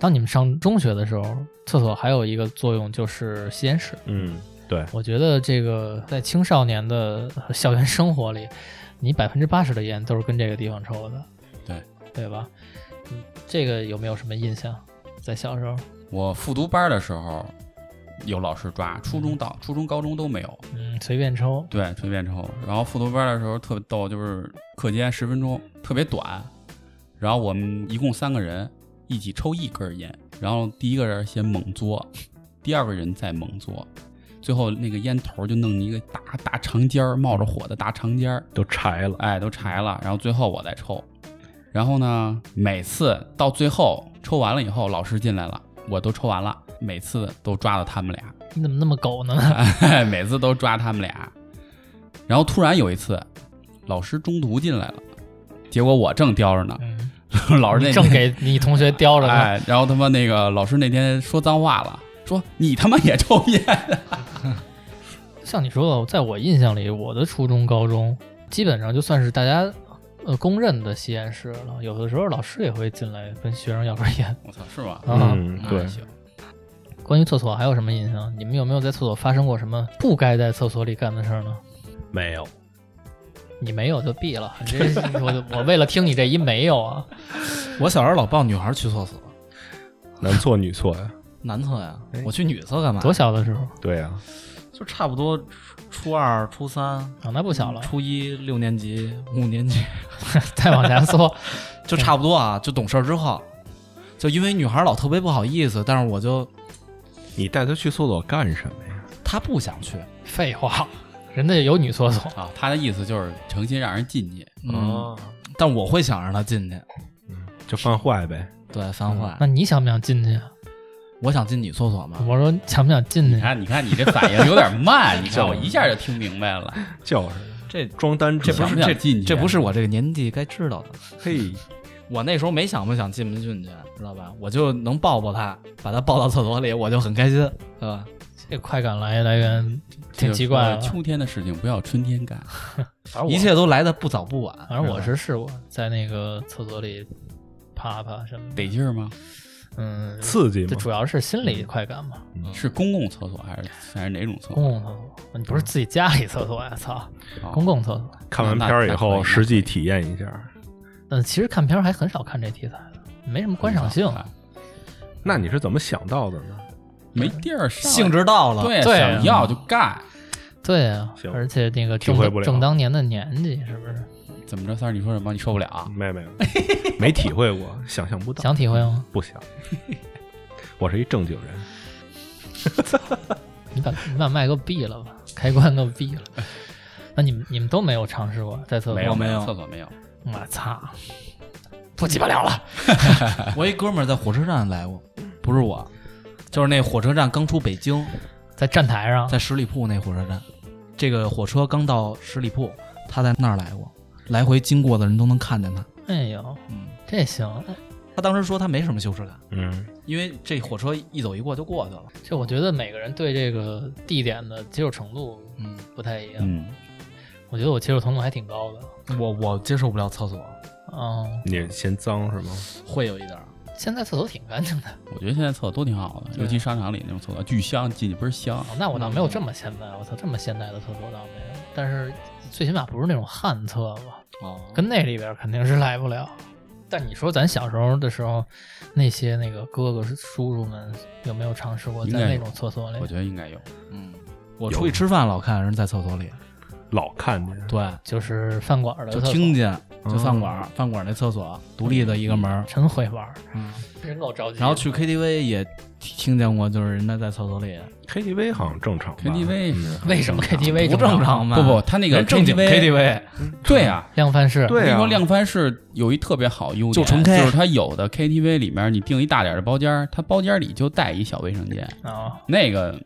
[SPEAKER 2] 当你们上中学的时候，厕所还有一个作用就是吸烟室。
[SPEAKER 5] 嗯，对，
[SPEAKER 2] 我觉得这个在青少年的呃校园生活里， 你百分之八十的烟都是跟这个地方抽的，
[SPEAKER 3] 对
[SPEAKER 2] 对吧？嗯，这个有没有什么印象？在小时候，
[SPEAKER 3] 我复读班的时候有老师抓，初中到初中、高中都没有，
[SPEAKER 2] 嗯，随便抽，
[SPEAKER 3] 对，随便抽。然后复读班的时候特别逗，就是课间十分钟，特别短。然后我们一共三个人一起抽一根烟，然后第一个人先猛嘬，第二个人再猛嘬，最后那个烟头就弄一个大大长尖儿，冒着火的大长尖儿，
[SPEAKER 5] 都柴了，
[SPEAKER 3] 哎，都柴了。然后最后我再抽，然后呢，每次到最后抽完了以后，老师进来了，我都抽完了，每次都抓到他们俩。
[SPEAKER 2] 你怎么那么狗 呢？
[SPEAKER 3] 哎，每次都抓他们俩。然后突然有一次，老师中途进来了，结果我正叼着呢，
[SPEAKER 2] 嗯，
[SPEAKER 3] 老师那
[SPEAKER 2] 正给你同学叼着呢，
[SPEAKER 3] 哎，然后他妈那个老师那天说脏话了，说你他妈也抽烟，
[SPEAKER 2] 像你说的，在我印象里，我的初中、高中基本上就算是大家呃公认的吸烟室了。有的时候老师也会进来跟学生要根烟
[SPEAKER 3] 我操，是吗？
[SPEAKER 2] 啊。
[SPEAKER 5] 嗯，
[SPEAKER 3] 那
[SPEAKER 5] 对，
[SPEAKER 3] 行，
[SPEAKER 2] 关于厕所还有什么印象？你们有没有在厕所发生过什么不该在厕所里干的事儿呢？
[SPEAKER 5] 没有，
[SPEAKER 2] 你没有就毙了，你这我我为了听你这一没有啊，
[SPEAKER 4] 我小时候老抱女孩去厕所，
[SPEAKER 5] 男厕女厕呀？
[SPEAKER 4] 男厕呀
[SPEAKER 5] 哎，
[SPEAKER 4] 我去女厕干嘛？
[SPEAKER 2] 多小的时候
[SPEAKER 5] 对呀、
[SPEAKER 4] 就差不多初初二、初三、
[SPEAKER 2] 啊，那不小 了，
[SPEAKER 4] 初一六年级、五年级，
[SPEAKER 2] 再往前搜，
[SPEAKER 4] 就差不多啊。就懂事儿之后，就因为女孩老特别不好意思，但是我就
[SPEAKER 5] 你带他去厕所干什么呀？
[SPEAKER 4] 她不想去
[SPEAKER 2] 废话，人家有女厕所，
[SPEAKER 3] 啊，他的意思就是诚心让人进去，
[SPEAKER 4] 嗯，，
[SPEAKER 2] 哦
[SPEAKER 4] 但我会想让她进去，
[SPEAKER 5] 就犯坏呗。
[SPEAKER 4] 对，翻坏。
[SPEAKER 2] 那你想不想进去？啊
[SPEAKER 4] 我想进女厕所嘛，
[SPEAKER 2] 我说想不想进
[SPEAKER 3] 你
[SPEAKER 2] 去？
[SPEAKER 3] 看，你看你这反应有点慢， 你看我一下就听明白了，
[SPEAKER 5] 就是
[SPEAKER 4] 这
[SPEAKER 5] 装单纯，
[SPEAKER 3] 想不想进去？啊
[SPEAKER 4] 这不是我这个年纪该知道的。
[SPEAKER 5] 嘿，
[SPEAKER 4] 我那时候没想不想进不进去，知道吧？我就能抱抱她，把她抱到厕所里，我就很开心，对吧？
[SPEAKER 2] 这快感来来源挺奇怪啊的
[SPEAKER 3] 就是。说秋天的事情不要春天干，
[SPEAKER 2] 反正我啊
[SPEAKER 4] 一切都来的不早不晚。
[SPEAKER 2] 反正我
[SPEAKER 4] 吧
[SPEAKER 2] 是试过在那个厕所里啪啪什么的，
[SPEAKER 3] 得劲儿吗？
[SPEAKER 2] 嗯，
[SPEAKER 5] 刺激
[SPEAKER 2] 这
[SPEAKER 5] 嘛。
[SPEAKER 2] 主要是心理快感嘛。
[SPEAKER 3] 是公共厕所还是还是哪种厕
[SPEAKER 2] 公共
[SPEAKER 3] 所？
[SPEAKER 2] 厕所，你不是自己家里厕所呀？操，
[SPEAKER 3] 哦
[SPEAKER 2] 公共厕所。
[SPEAKER 5] 看完片儿以
[SPEAKER 3] 那那
[SPEAKER 5] 后，
[SPEAKER 3] 可以
[SPEAKER 5] 实际体验一下。
[SPEAKER 2] 嗯，其实看片儿还很少看这题材的，没什么观赏
[SPEAKER 3] 哎
[SPEAKER 2] 性。啊
[SPEAKER 5] 那你是怎么想到的呢？
[SPEAKER 3] 没地儿上，
[SPEAKER 4] 兴致到了，
[SPEAKER 3] 对
[SPEAKER 2] 对
[SPEAKER 3] 想要就干，
[SPEAKER 2] 对啊
[SPEAKER 5] 行，
[SPEAKER 2] 而且那个正
[SPEAKER 5] 体会不了
[SPEAKER 2] 正当年的年纪，是不是
[SPEAKER 3] 怎么着？三儿，你说什么？你受不了？啊
[SPEAKER 5] 没没没， 没体会过，想象不到，
[SPEAKER 2] 想体会吗？
[SPEAKER 5] 不想。我是一正经人，
[SPEAKER 2] 你把你把麦给我闭了吧， 开关给我闭了。 那你们你们都没有尝试过在厕所？
[SPEAKER 3] 有
[SPEAKER 4] 没有
[SPEAKER 3] 厕所没有，
[SPEAKER 2] 我操，不鸡巴聊了。
[SPEAKER 4] 我一哥们儿在火车站来过，嗯不是我，就是那火车站刚出北京，
[SPEAKER 2] 在站台上，
[SPEAKER 4] 在十里铺那火车站，这个火车刚到十里铺，他在那儿来过，来回经过的人都能看见他。
[SPEAKER 2] 哎呦，
[SPEAKER 4] 嗯，
[SPEAKER 2] 这行，
[SPEAKER 4] 他当时说他没什么羞耻感，
[SPEAKER 5] 嗯，
[SPEAKER 4] 因为这火车一走一过就过去了。
[SPEAKER 2] 就我觉得每个人对这个地点的接受程度
[SPEAKER 4] 嗯，
[SPEAKER 2] 不太一样。
[SPEAKER 3] 嗯，
[SPEAKER 2] 我觉得我接受程度还挺高的。
[SPEAKER 4] 我我接受不了厕所，
[SPEAKER 2] 嗯，
[SPEAKER 5] 你嫌脏是吗？
[SPEAKER 4] 会有一点儿。
[SPEAKER 2] 现在厕所挺干净的。
[SPEAKER 3] 我觉得现在厕所都挺好的，尤其商场里那种厕所，巨香，进去倍儿香。
[SPEAKER 2] 哦，那我倒没有这么现代，我操，这么现代的厕所倒没有。但是最起码不是那种旱厕吧？
[SPEAKER 4] 哦，
[SPEAKER 2] 跟那里边肯定是来不了。但你说咱小时候的时候，那些那个哥哥叔叔们有没有尝试过
[SPEAKER 3] 应
[SPEAKER 2] 在
[SPEAKER 3] 该有
[SPEAKER 2] 那种厕所
[SPEAKER 3] 我
[SPEAKER 2] 里？
[SPEAKER 3] 觉得应该有，
[SPEAKER 4] 嗯，我出去吃饭老看人在厕所里，
[SPEAKER 5] 老看见，
[SPEAKER 4] 对，
[SPEAKER 2] 就是饭馆的
[SPEAKER 4] 就
[SPEAKER 2] 厕所，
[SPEAKER 4] 听见，就饭馆
[SPEAKER 5] 嗯
[SPEAKER 4] 儿，饭馆儿那厕所独立的一个门儿，
[SPEAKER 2] 真会玩儿，
[SPEAKER 4] 嗯。
[SPEAKER 2] 真够着急的。
[SPEAKER 4] 然后去 KTV 也听见过，就是人家在厕所里
[SPEAKER 5] KTV 好像正常吧
[SPEAKER 3] KTV 是
[SPEAKER 2] 为什么 KTV
[SPEAKER 4] 不
[SPEAKER 2] 正
[SPEAKER 4] 正 常吗？
[SPEAKER 3] 不不，他那个
[SPEAKER 4] 人正经
[SPEAKER 3] KTV
[SPEAKER 4] KTV
[SPEAKER 3] 对啊，
[SPEAKER 2] 量贩式？
[SPEAKER 5] 对
[SPEAKER 3] 我跟你
[SPEAKER 5] 啊
[SPEAKER 3] 说，量贩式有一特别好优点，
[SPEAKER 4] 就纯 K
[SPEAKER 3] 就是它有的 KTV 里面，你订一大点的包间儿，它包间里就带一小卫生间，
[SPEAKER 2] 啊，
[SPEAKER 3] 那个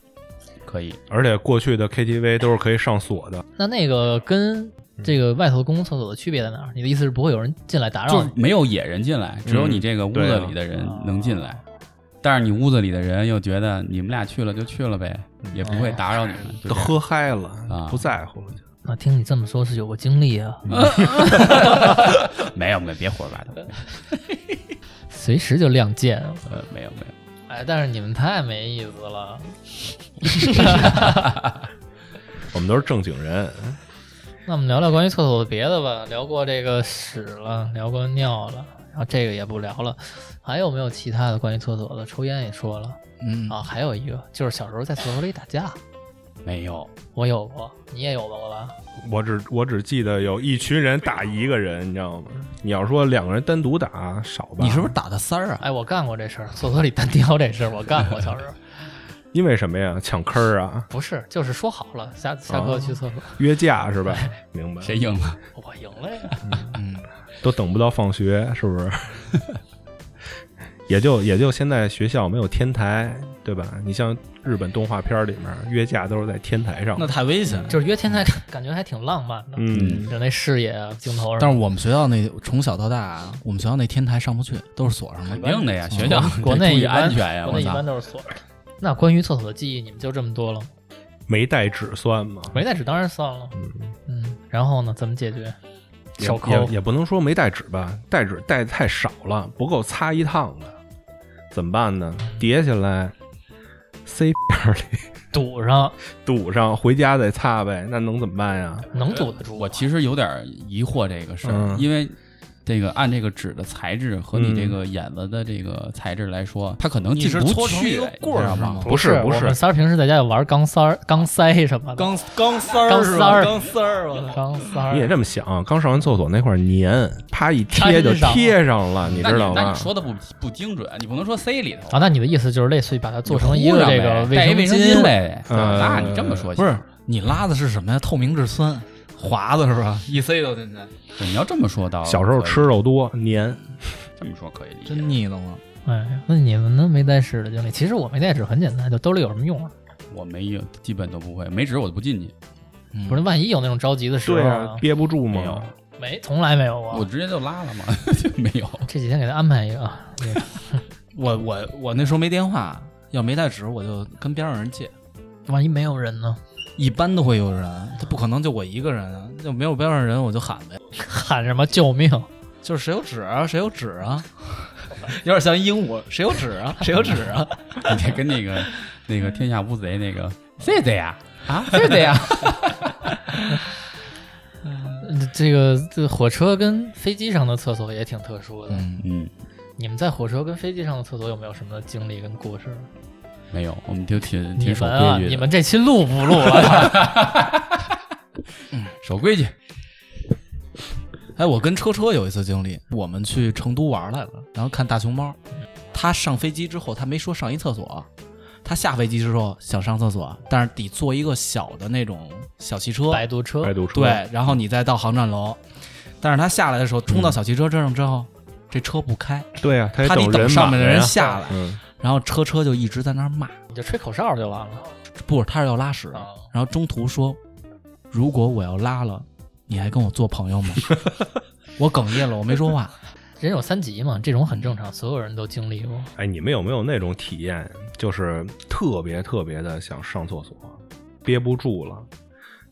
[SPEAKER 3] 可以。
[SPEAKER 5] 而且过去的 KTV 都是可以上锁的，
[SPEAKER 2] 那那个跟
[SPEAKER 4] 嗯
[SPEAKER 2] 这个外头公共厕所的区别在哪儿？你的意思是不会有人进来打
[SPEAKER 3] 就
[SPEAKER 2] 扰
[SPEAKER 3] 是
[SPEAKER 2] 你？
[SPEAKER 3] 没有野人进来，只有你这个屋
[SPEAKER 5] 对
[SPEAKER 3] 子
[SPEAKER 5] 啊
[SPEAKER 3] 里的人能进来。但是你屋子里的人又觉得你们俩去了就去了呗，也不会打扰你们。就
[SPEAKER 5] 都
[SPEAKER 3] 这样
[SPEAKER 5] 喝嗨了，
[SPEAKER 3] 啊
[SPEAKER 5] 不在乎了。
[SPEAKER 2] 那听你这么说，是有过经历啊，
[SPEAKER 4] 嗯
[SPEAKER 3] 没有没有，别胡说八道。
[SPEAKER 2] 随时就亮剑。
[SPEAKER 3] 呃，没有没有，
[SPEAKER 2] 哎，但是你们太没意思了。
[SPEAKER 5] 我们都是正经人，
[SPEAKER 2] 那我们聊聊关于厕所的别的吧，聊过这个屎了，聊过尿了，然后这个也不聊了。还有没有其他的关于厕所的？抽烟也说了
[SPEAKER 4] 嗯，
[SPEAKER 2] 啊，还有一个就是小时候在厕所里打架，
[SPEAKER 3] 没有，
[SPEAKER 2] 我有过，你也有过吧？
[SPEAKER 5] 我只我只记得有一群人打一个人，你知道吗？你要说两个人单独打少吧？
[SPEAKER 4] 你是不是打的三儿啊？
[SPEAKER 2] 哎，我干过这事儿，厕所里单挑这事儿我干过，小时候
[SPEAKER 5] 因为什么呀？抢坑儿啊，
[SPEAKER 2] 不是，就是说好了下下课去厕所，
[SPEAKER 5] 约 架是吧？明白？
[SPEAKER 3] 谁赢了？
[SPEAKER 2] 我赢了呀。
[SPEAKER 5] 都等不到放学，是不是？ 也就也就现在学校没有天台，对吧？你像日本动画片里面约架都是在天台上
[SPEAKER 4] 那，太危险。
[SPEAKER 2] 就是约天台，感觉还挺浪漫的，
[SPEAKER 5] 嗯，
[SPEAKER 2] 就那视野啊，镜头
[SPEAKER 4] 但
[SPEAKER 2] 上。
[SPEAKER 4] 是我们学校那从小到大，啊我们学校那天台上不去，都是锁上
[SPEAKER 3] 肯
[SPEAKER 4] 的。
[SPEAKER 3] 定的呀，学校
[SPEAKER 2] 国
[SPEAKER 3] 得
[SPEAKER 2] 内
[SPEAKER 3] 注
[SPEAKER 2] 一
[SPEAKER 3] 意
[SPEAKER 2] 般
[SPEAKER 3] 安全呀！
[SPEAKER 2] 国内
[SPEAKER 3] 我
[SPEAKER 2] 一
[SPEAKER 3] 操
[SPEAKER 2] 般，都是锁着的。那关于厕所的记忆，你们就这么多了吗？
[SPEAKER 5] 没带纸算吗？
[SPEAKER 2] 没带纸当然算了，嗯，然后呢，怎么解决？
[SPEAKER 5] 也
[SPEAKER 2] 手抠
[SPEAKER 5] 也也不能说没带纸吧，带纸带太少了，不够擦一趟的，怎么办呢？叠起来，塞边里
[SPEAKER 2] 堵上，
[SPEAKER 5] 堵上，回家再擦呗。那能怎么办呀？
[SPEAKER 2] 能堵得住吗？
[SPEAKER 3] 我其实有点疑惑这个事儿，
[SPEAKER 5] 嗯
[SPEAKER 3] 因为这个按这个纸的材质和你
[SPEAKER 5] 嗯
[SPEAKER 3] 这个眼子的这个材质来说，它可能
[SPEAKER 6] 你
[SPEAKER 3] 进
[SPEAKER 6] 是
[SPEAKER 3] 不
[SPEAKER 6] 搓成
[SPEAKER 3] 去，
[SPEAKER 6] 一个
[SPEAKER 3] 你
[SPEAKER 6] 棍儿
[SPEAKER 3] 知道
[SPEAKER 6] 是
[SPEAKER 3] 吗
[SPEAKER 6] 吗？
[SPEAKER 5] 不是
[SPEAKER 2] 我
[SPEAKER 5] 不
[SPEAKER 2] 们
[SPEAKER 5] 是，
[SPEAKER 2] 仨平时在家就玩钢塞儿、钢塞什么的，
[SPEAKER 6] 钢钢丝儿
[SPEAKER 2] 钢
[SPEAKER 6] 是
[SPEAKER 2] 丝
[SPEAKER 6] 吧
[SPEAKER 2] 儿
[SPEAKER 6] 钢丝儿，我操！
[SPEAKER 2] 钢塞儿
[SPEAKER 5] 你也这么想，刚上完厕所那块儿粘，啪一贴就
[SPEAKER 2] 粘上了
[SPEAKER 5] 贴上了，你
[SPEAKER 3] 那
[SPEAKER 5] 知道
[SPEAKER 3] 那
[SPEAKER 5] 吗
[SPEAKER 3] 你？说的不不精准，你不能说塞里头
[SPEAKER 2] 啊？，那你的意思就是类似于把它做成一
[SPEAKER 3] 糊
[SPEAKER 2] 个
[SPEAKER 3] 上
[SPEAKER 2] 这
[SPEAKER 3] 呗
[SPEAKER 2] 个
[SPEAKER 3] 带一卫
[SPEAKER 2] 生
[SPEAKER 3] 生
[SPEAKER 2] 巾
[SPEAKER 3] 巾？呗。
[SPEAKER 5] 嗯
[SPEAKER 3] 那你这么说
[SPEAKER 4] 不是你拉的是什么呀？透明质酸，滑子是 吧？
[SPEAKER 6] 一塞到进去，
[SPEAKER 3] 对你要这么说到
[SPEAKER 5] 小时候吃肉多粘，
[SPEAKER 3] 这么说可以理解。
[SPEAKER 4] 真腻得慌。
[SPEAKER 2] 哎，那你们呢？没带纸的经历？其实我没带纸很简单，就兜里有什么用啊？
[SPEAKER 3] 我没有，基本都不会，没纸我都不进去，
[SPEAKER 4] 嗯
[SPEAKER 2] 不是，万一有那种着急的时候啊，
[SPEAKER 5] 憋不住
[SPEAKER 3] 没有
[SPEAKER 5] 嘛。，
[SPEAKER 2] 没从来没有
[SPEAKER 3] 我
[SPEAKER 2] 过。
[SPEAKER 3] 直接就拉了嘛， 就没有。
[SPEAKER 2] 这几天给他安排一个啊，
[SPEAKER 4] 我我我那时候没电话，要没带纸我就跟边上人借，
[SPEAKER 2] 万一没有人呢？
[SPEAKER 4] 一般都会有人，他不可能就我一个人啊，就没有边上人我就喊呗，
[SPEAKER 2] 喊什么救命？
[SPEAKER 4] 就是谁有纸啊，谁有纸啊， 有点像鹦鹉，谁有纸啊， 谁有纸啊，
[SPEAKER 3] 你这跟那个那个天下无贼那个谁贼呀？啊，谁贼呀？
[SPEAKER 2] 这个这火车跟飞机上的厕所也挺特殊的。
[SPEAKER 4] 嗯，
[SPEAKER 3] 嗯，
[SPEAKER 2] 你们在火车跟飞机上的厕所有没有什么经历跟故事？
[SPEAKER 3] 没有，我们就挺
[SPEAKER 2] 你
[SPEAKER 3] 挺守
[SPEAKER 2] 们啊，
[SPEAKER 3] 规矩的，
[SPEAKER 2] 你们这期录不录了？
[SPEAKER 3] 守规矩。
[SPEAKER 4] 哎，我跟车车有一次经历，我们去成都玩来了，然后看大熊猫，他上飞机之后他没说上一厕所。他下飞机之后想上厕所，但是得坐一个小的那种小汽车，
[SPEAKER 2] 摆渡车
[SPEAKER 5] 百度车，
[SPEAKER 4] 对，然后你再到航站楼。但是他下来的时候，冲到小汽车车上之后，这车不开，
[SPEAKER 5] 对啊，他也
[SPEAKER 4] 他得
[SPEAKER 5] 人
[SPEAKER 4] 等上面的
[SPEAKER 5] 满了
[SPEAKER 4] 人
[SPEAKER 5] 呀
[SPEAKER 4] 下来，
[SPEAKER 5] 嗯，
[SPEAKER 4] 然后车车就一直在那儿骂，
[SPEAKER 2] 你就吹口哨就完了。
[SPEAKER 4] 不是他是要拉屎，
[SPEAKER 2] 啊
[SPEAKER 4] 然后中途说，如果我要拉了，你还跟我做朋友吗？ 我哽咽了，我没说话。
[SPEAKER 2] 人有三级嘛，这种很正常，所有人都经历过。
[SPEAKER 5] 哎，你们有没有那种体验，就是特别特别的想上厕所，憋不住了，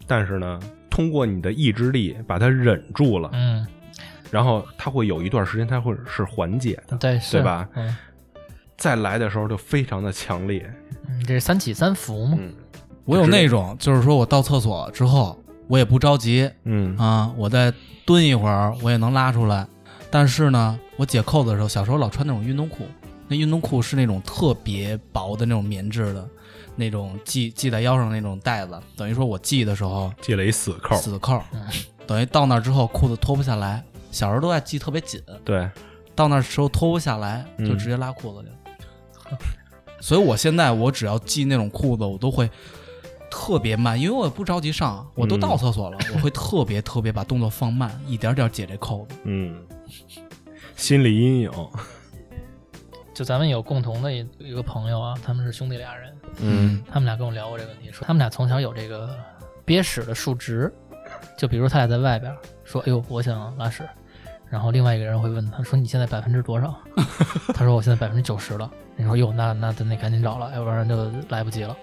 [SPEAKER 5] 但是呢，通过你的意志力把它忍住了，
[SPEAKER 2] 嗯，
[SPEAKER 5] 然后它会有一段时间它会是缓解的，
[SPEAKER 2] 对，是
[SPEAKER 5] 对吧？
[SPEAKER 2] 嗯，
[SPEAKER 5] 再来的时候就非常的强烈，
[SPEAKER 2] 嗯这是三起三伏嘛。
[SPEAKER 5] 嗯
[SPEAKER 4] 我有那种，就是说我到厕所之后，我也不着急
[SPEAKER 5] 嗯
[SPEAKER 4] 啊，我再蹲一会儿，我也能拉出来。但是呢，我解扣子的时候，小时候老穿那种运动裤，那运动裤是那种特别薄的那种棉质的，那种系系在腰上那种带子，等于说我系的时候
[SPEAKER 5] 系了一死扣，
[SPEAKER 4] 死扣
[SPEAKER 2] 嗯，
[SPEAKER 4] 等于到那儿之后裤子脱不下来。小时候都爱系特别紧，
[SPEAKER 5] 对，
[SPEAKER 4] 到那时候脱不下来，
[SPEAKER 5] 嗯
[SPEAKER 4] 就直接拉裤子去了。 所以我现在我只要系那种裤子，我都会特别慢，因为我也不着急上，我都
[SPEAKER 5] 嗯
[SPEAKER 4] 到厕所了，我会特别特别把动作放慢，一点点解这扣子。
[SPEAKER 5] 嗯，心理阴影，
[SPEAKER 2] 就咱们有共同的一一个朋友啊，他们是兄弟俩人，
[SPEAKER 5] 嗯，
[SPEAKER 2] 他们俩跟我聊过这个问题，说他们俩从小有这个憋屎的数值。就比如他俩在外边儿说：“哎呦，我想拉屎。”然后另外一个人会问他说：“你现在百分之多少？”他说：“我现在百分之九十了。”你说：“哟，那那那赶紧找了，要不然就来不及了。”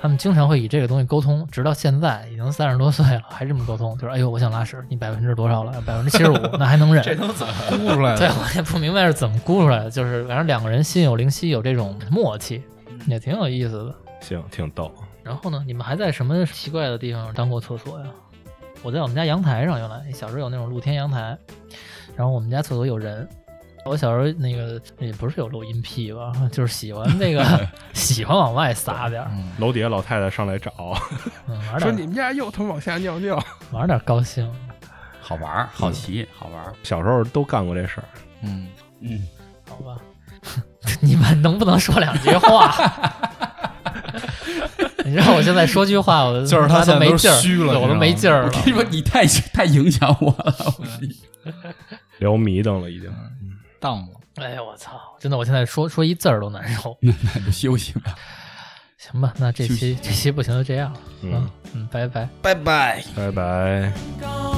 [SPEAKER 2] 他们经常会以这个东西沟通，直到现在已经三十多岁了，还这么沟通，就是哎呦，我想拉屎，你百分之多少了？百分之七十五，那还能忍？
[SPEAKER 4] 哭出来
[SPEAKER 2] 对，我也不明白是怎么估出来的，就是反正两个人心有灵犀，有这种默契，也挺有意思的。
[SPEAKER 5] 行，挺逗，
[SPEAKER 2] 然后呢，你们还在什么奇怪的地方当过厕所呀？我在我们家阳台上，原来小时候有那种露天阳台，然后我们家厕所有人。我小时候那个也不是有录音癖吧，就是喜欢那个 喜欢往外撒点儿，
[SPEAKER 5] 楼底下老太太上来找，
[SPEAKER 2] 嗯，玩
[SPEAKER 5] 说
[SPEAKER 2] 点
[SPEAKER 5] 你
[SPEAKER 2] 儿
[SPEAKER 5] 们家又他妈往下尿尿，
[SPEAKER 2] 玩点儿高兴。
[SPEAKER 3] 好玩儿，好奇，好玩儿。
[SPEAKER 5] 小时候都干过这事儿，
[SPEAKER 4] 嗯，
[SPEAKER 3] 嗯，
[SPEAKER 2] 好吧，你们能不能说两句话？ 你让我现在说句话，我
[SPEAKER 4] 就是
[SPEAKER 2] 妈
[SPEAKER 4] 他
[SPEAKER 2] 都
[SPEAKER 4] 现在
[SPEAKER 2] 没
[SPEAKER 4] 都
[SPEAKER 2] 劲儿，
[SPEAKER 4] 虚了
[SPEAKER 2] 对我都
[SPEAKER 4] 你知道吗
[SPEAKER 2] 没劲儿
[SPEAKER 3] 我
[SPEAKER 2] 了
[SPEAKER 3] 跟。嗯 你说，你太太影响我了。我 跟你
[SPEAKER 5] 聊迷瞪了已经。
[SPEAKER 4] 当了。
[SPEAKER 2] 哎呀，我操！真的，我现在说说一字儿都难受。
[SPEAKER 3] 那就休息吧。
[SPEAKER 2] 行吧，那这期这期不行就这样了。
[SPEAKER 5] 嗯
[SPEAKER 2] 嗯，拜拜。
[SPEAKER 6] 拜拜。
[SPEAKER 5] 拜拜。
[SPEAKER 1] 高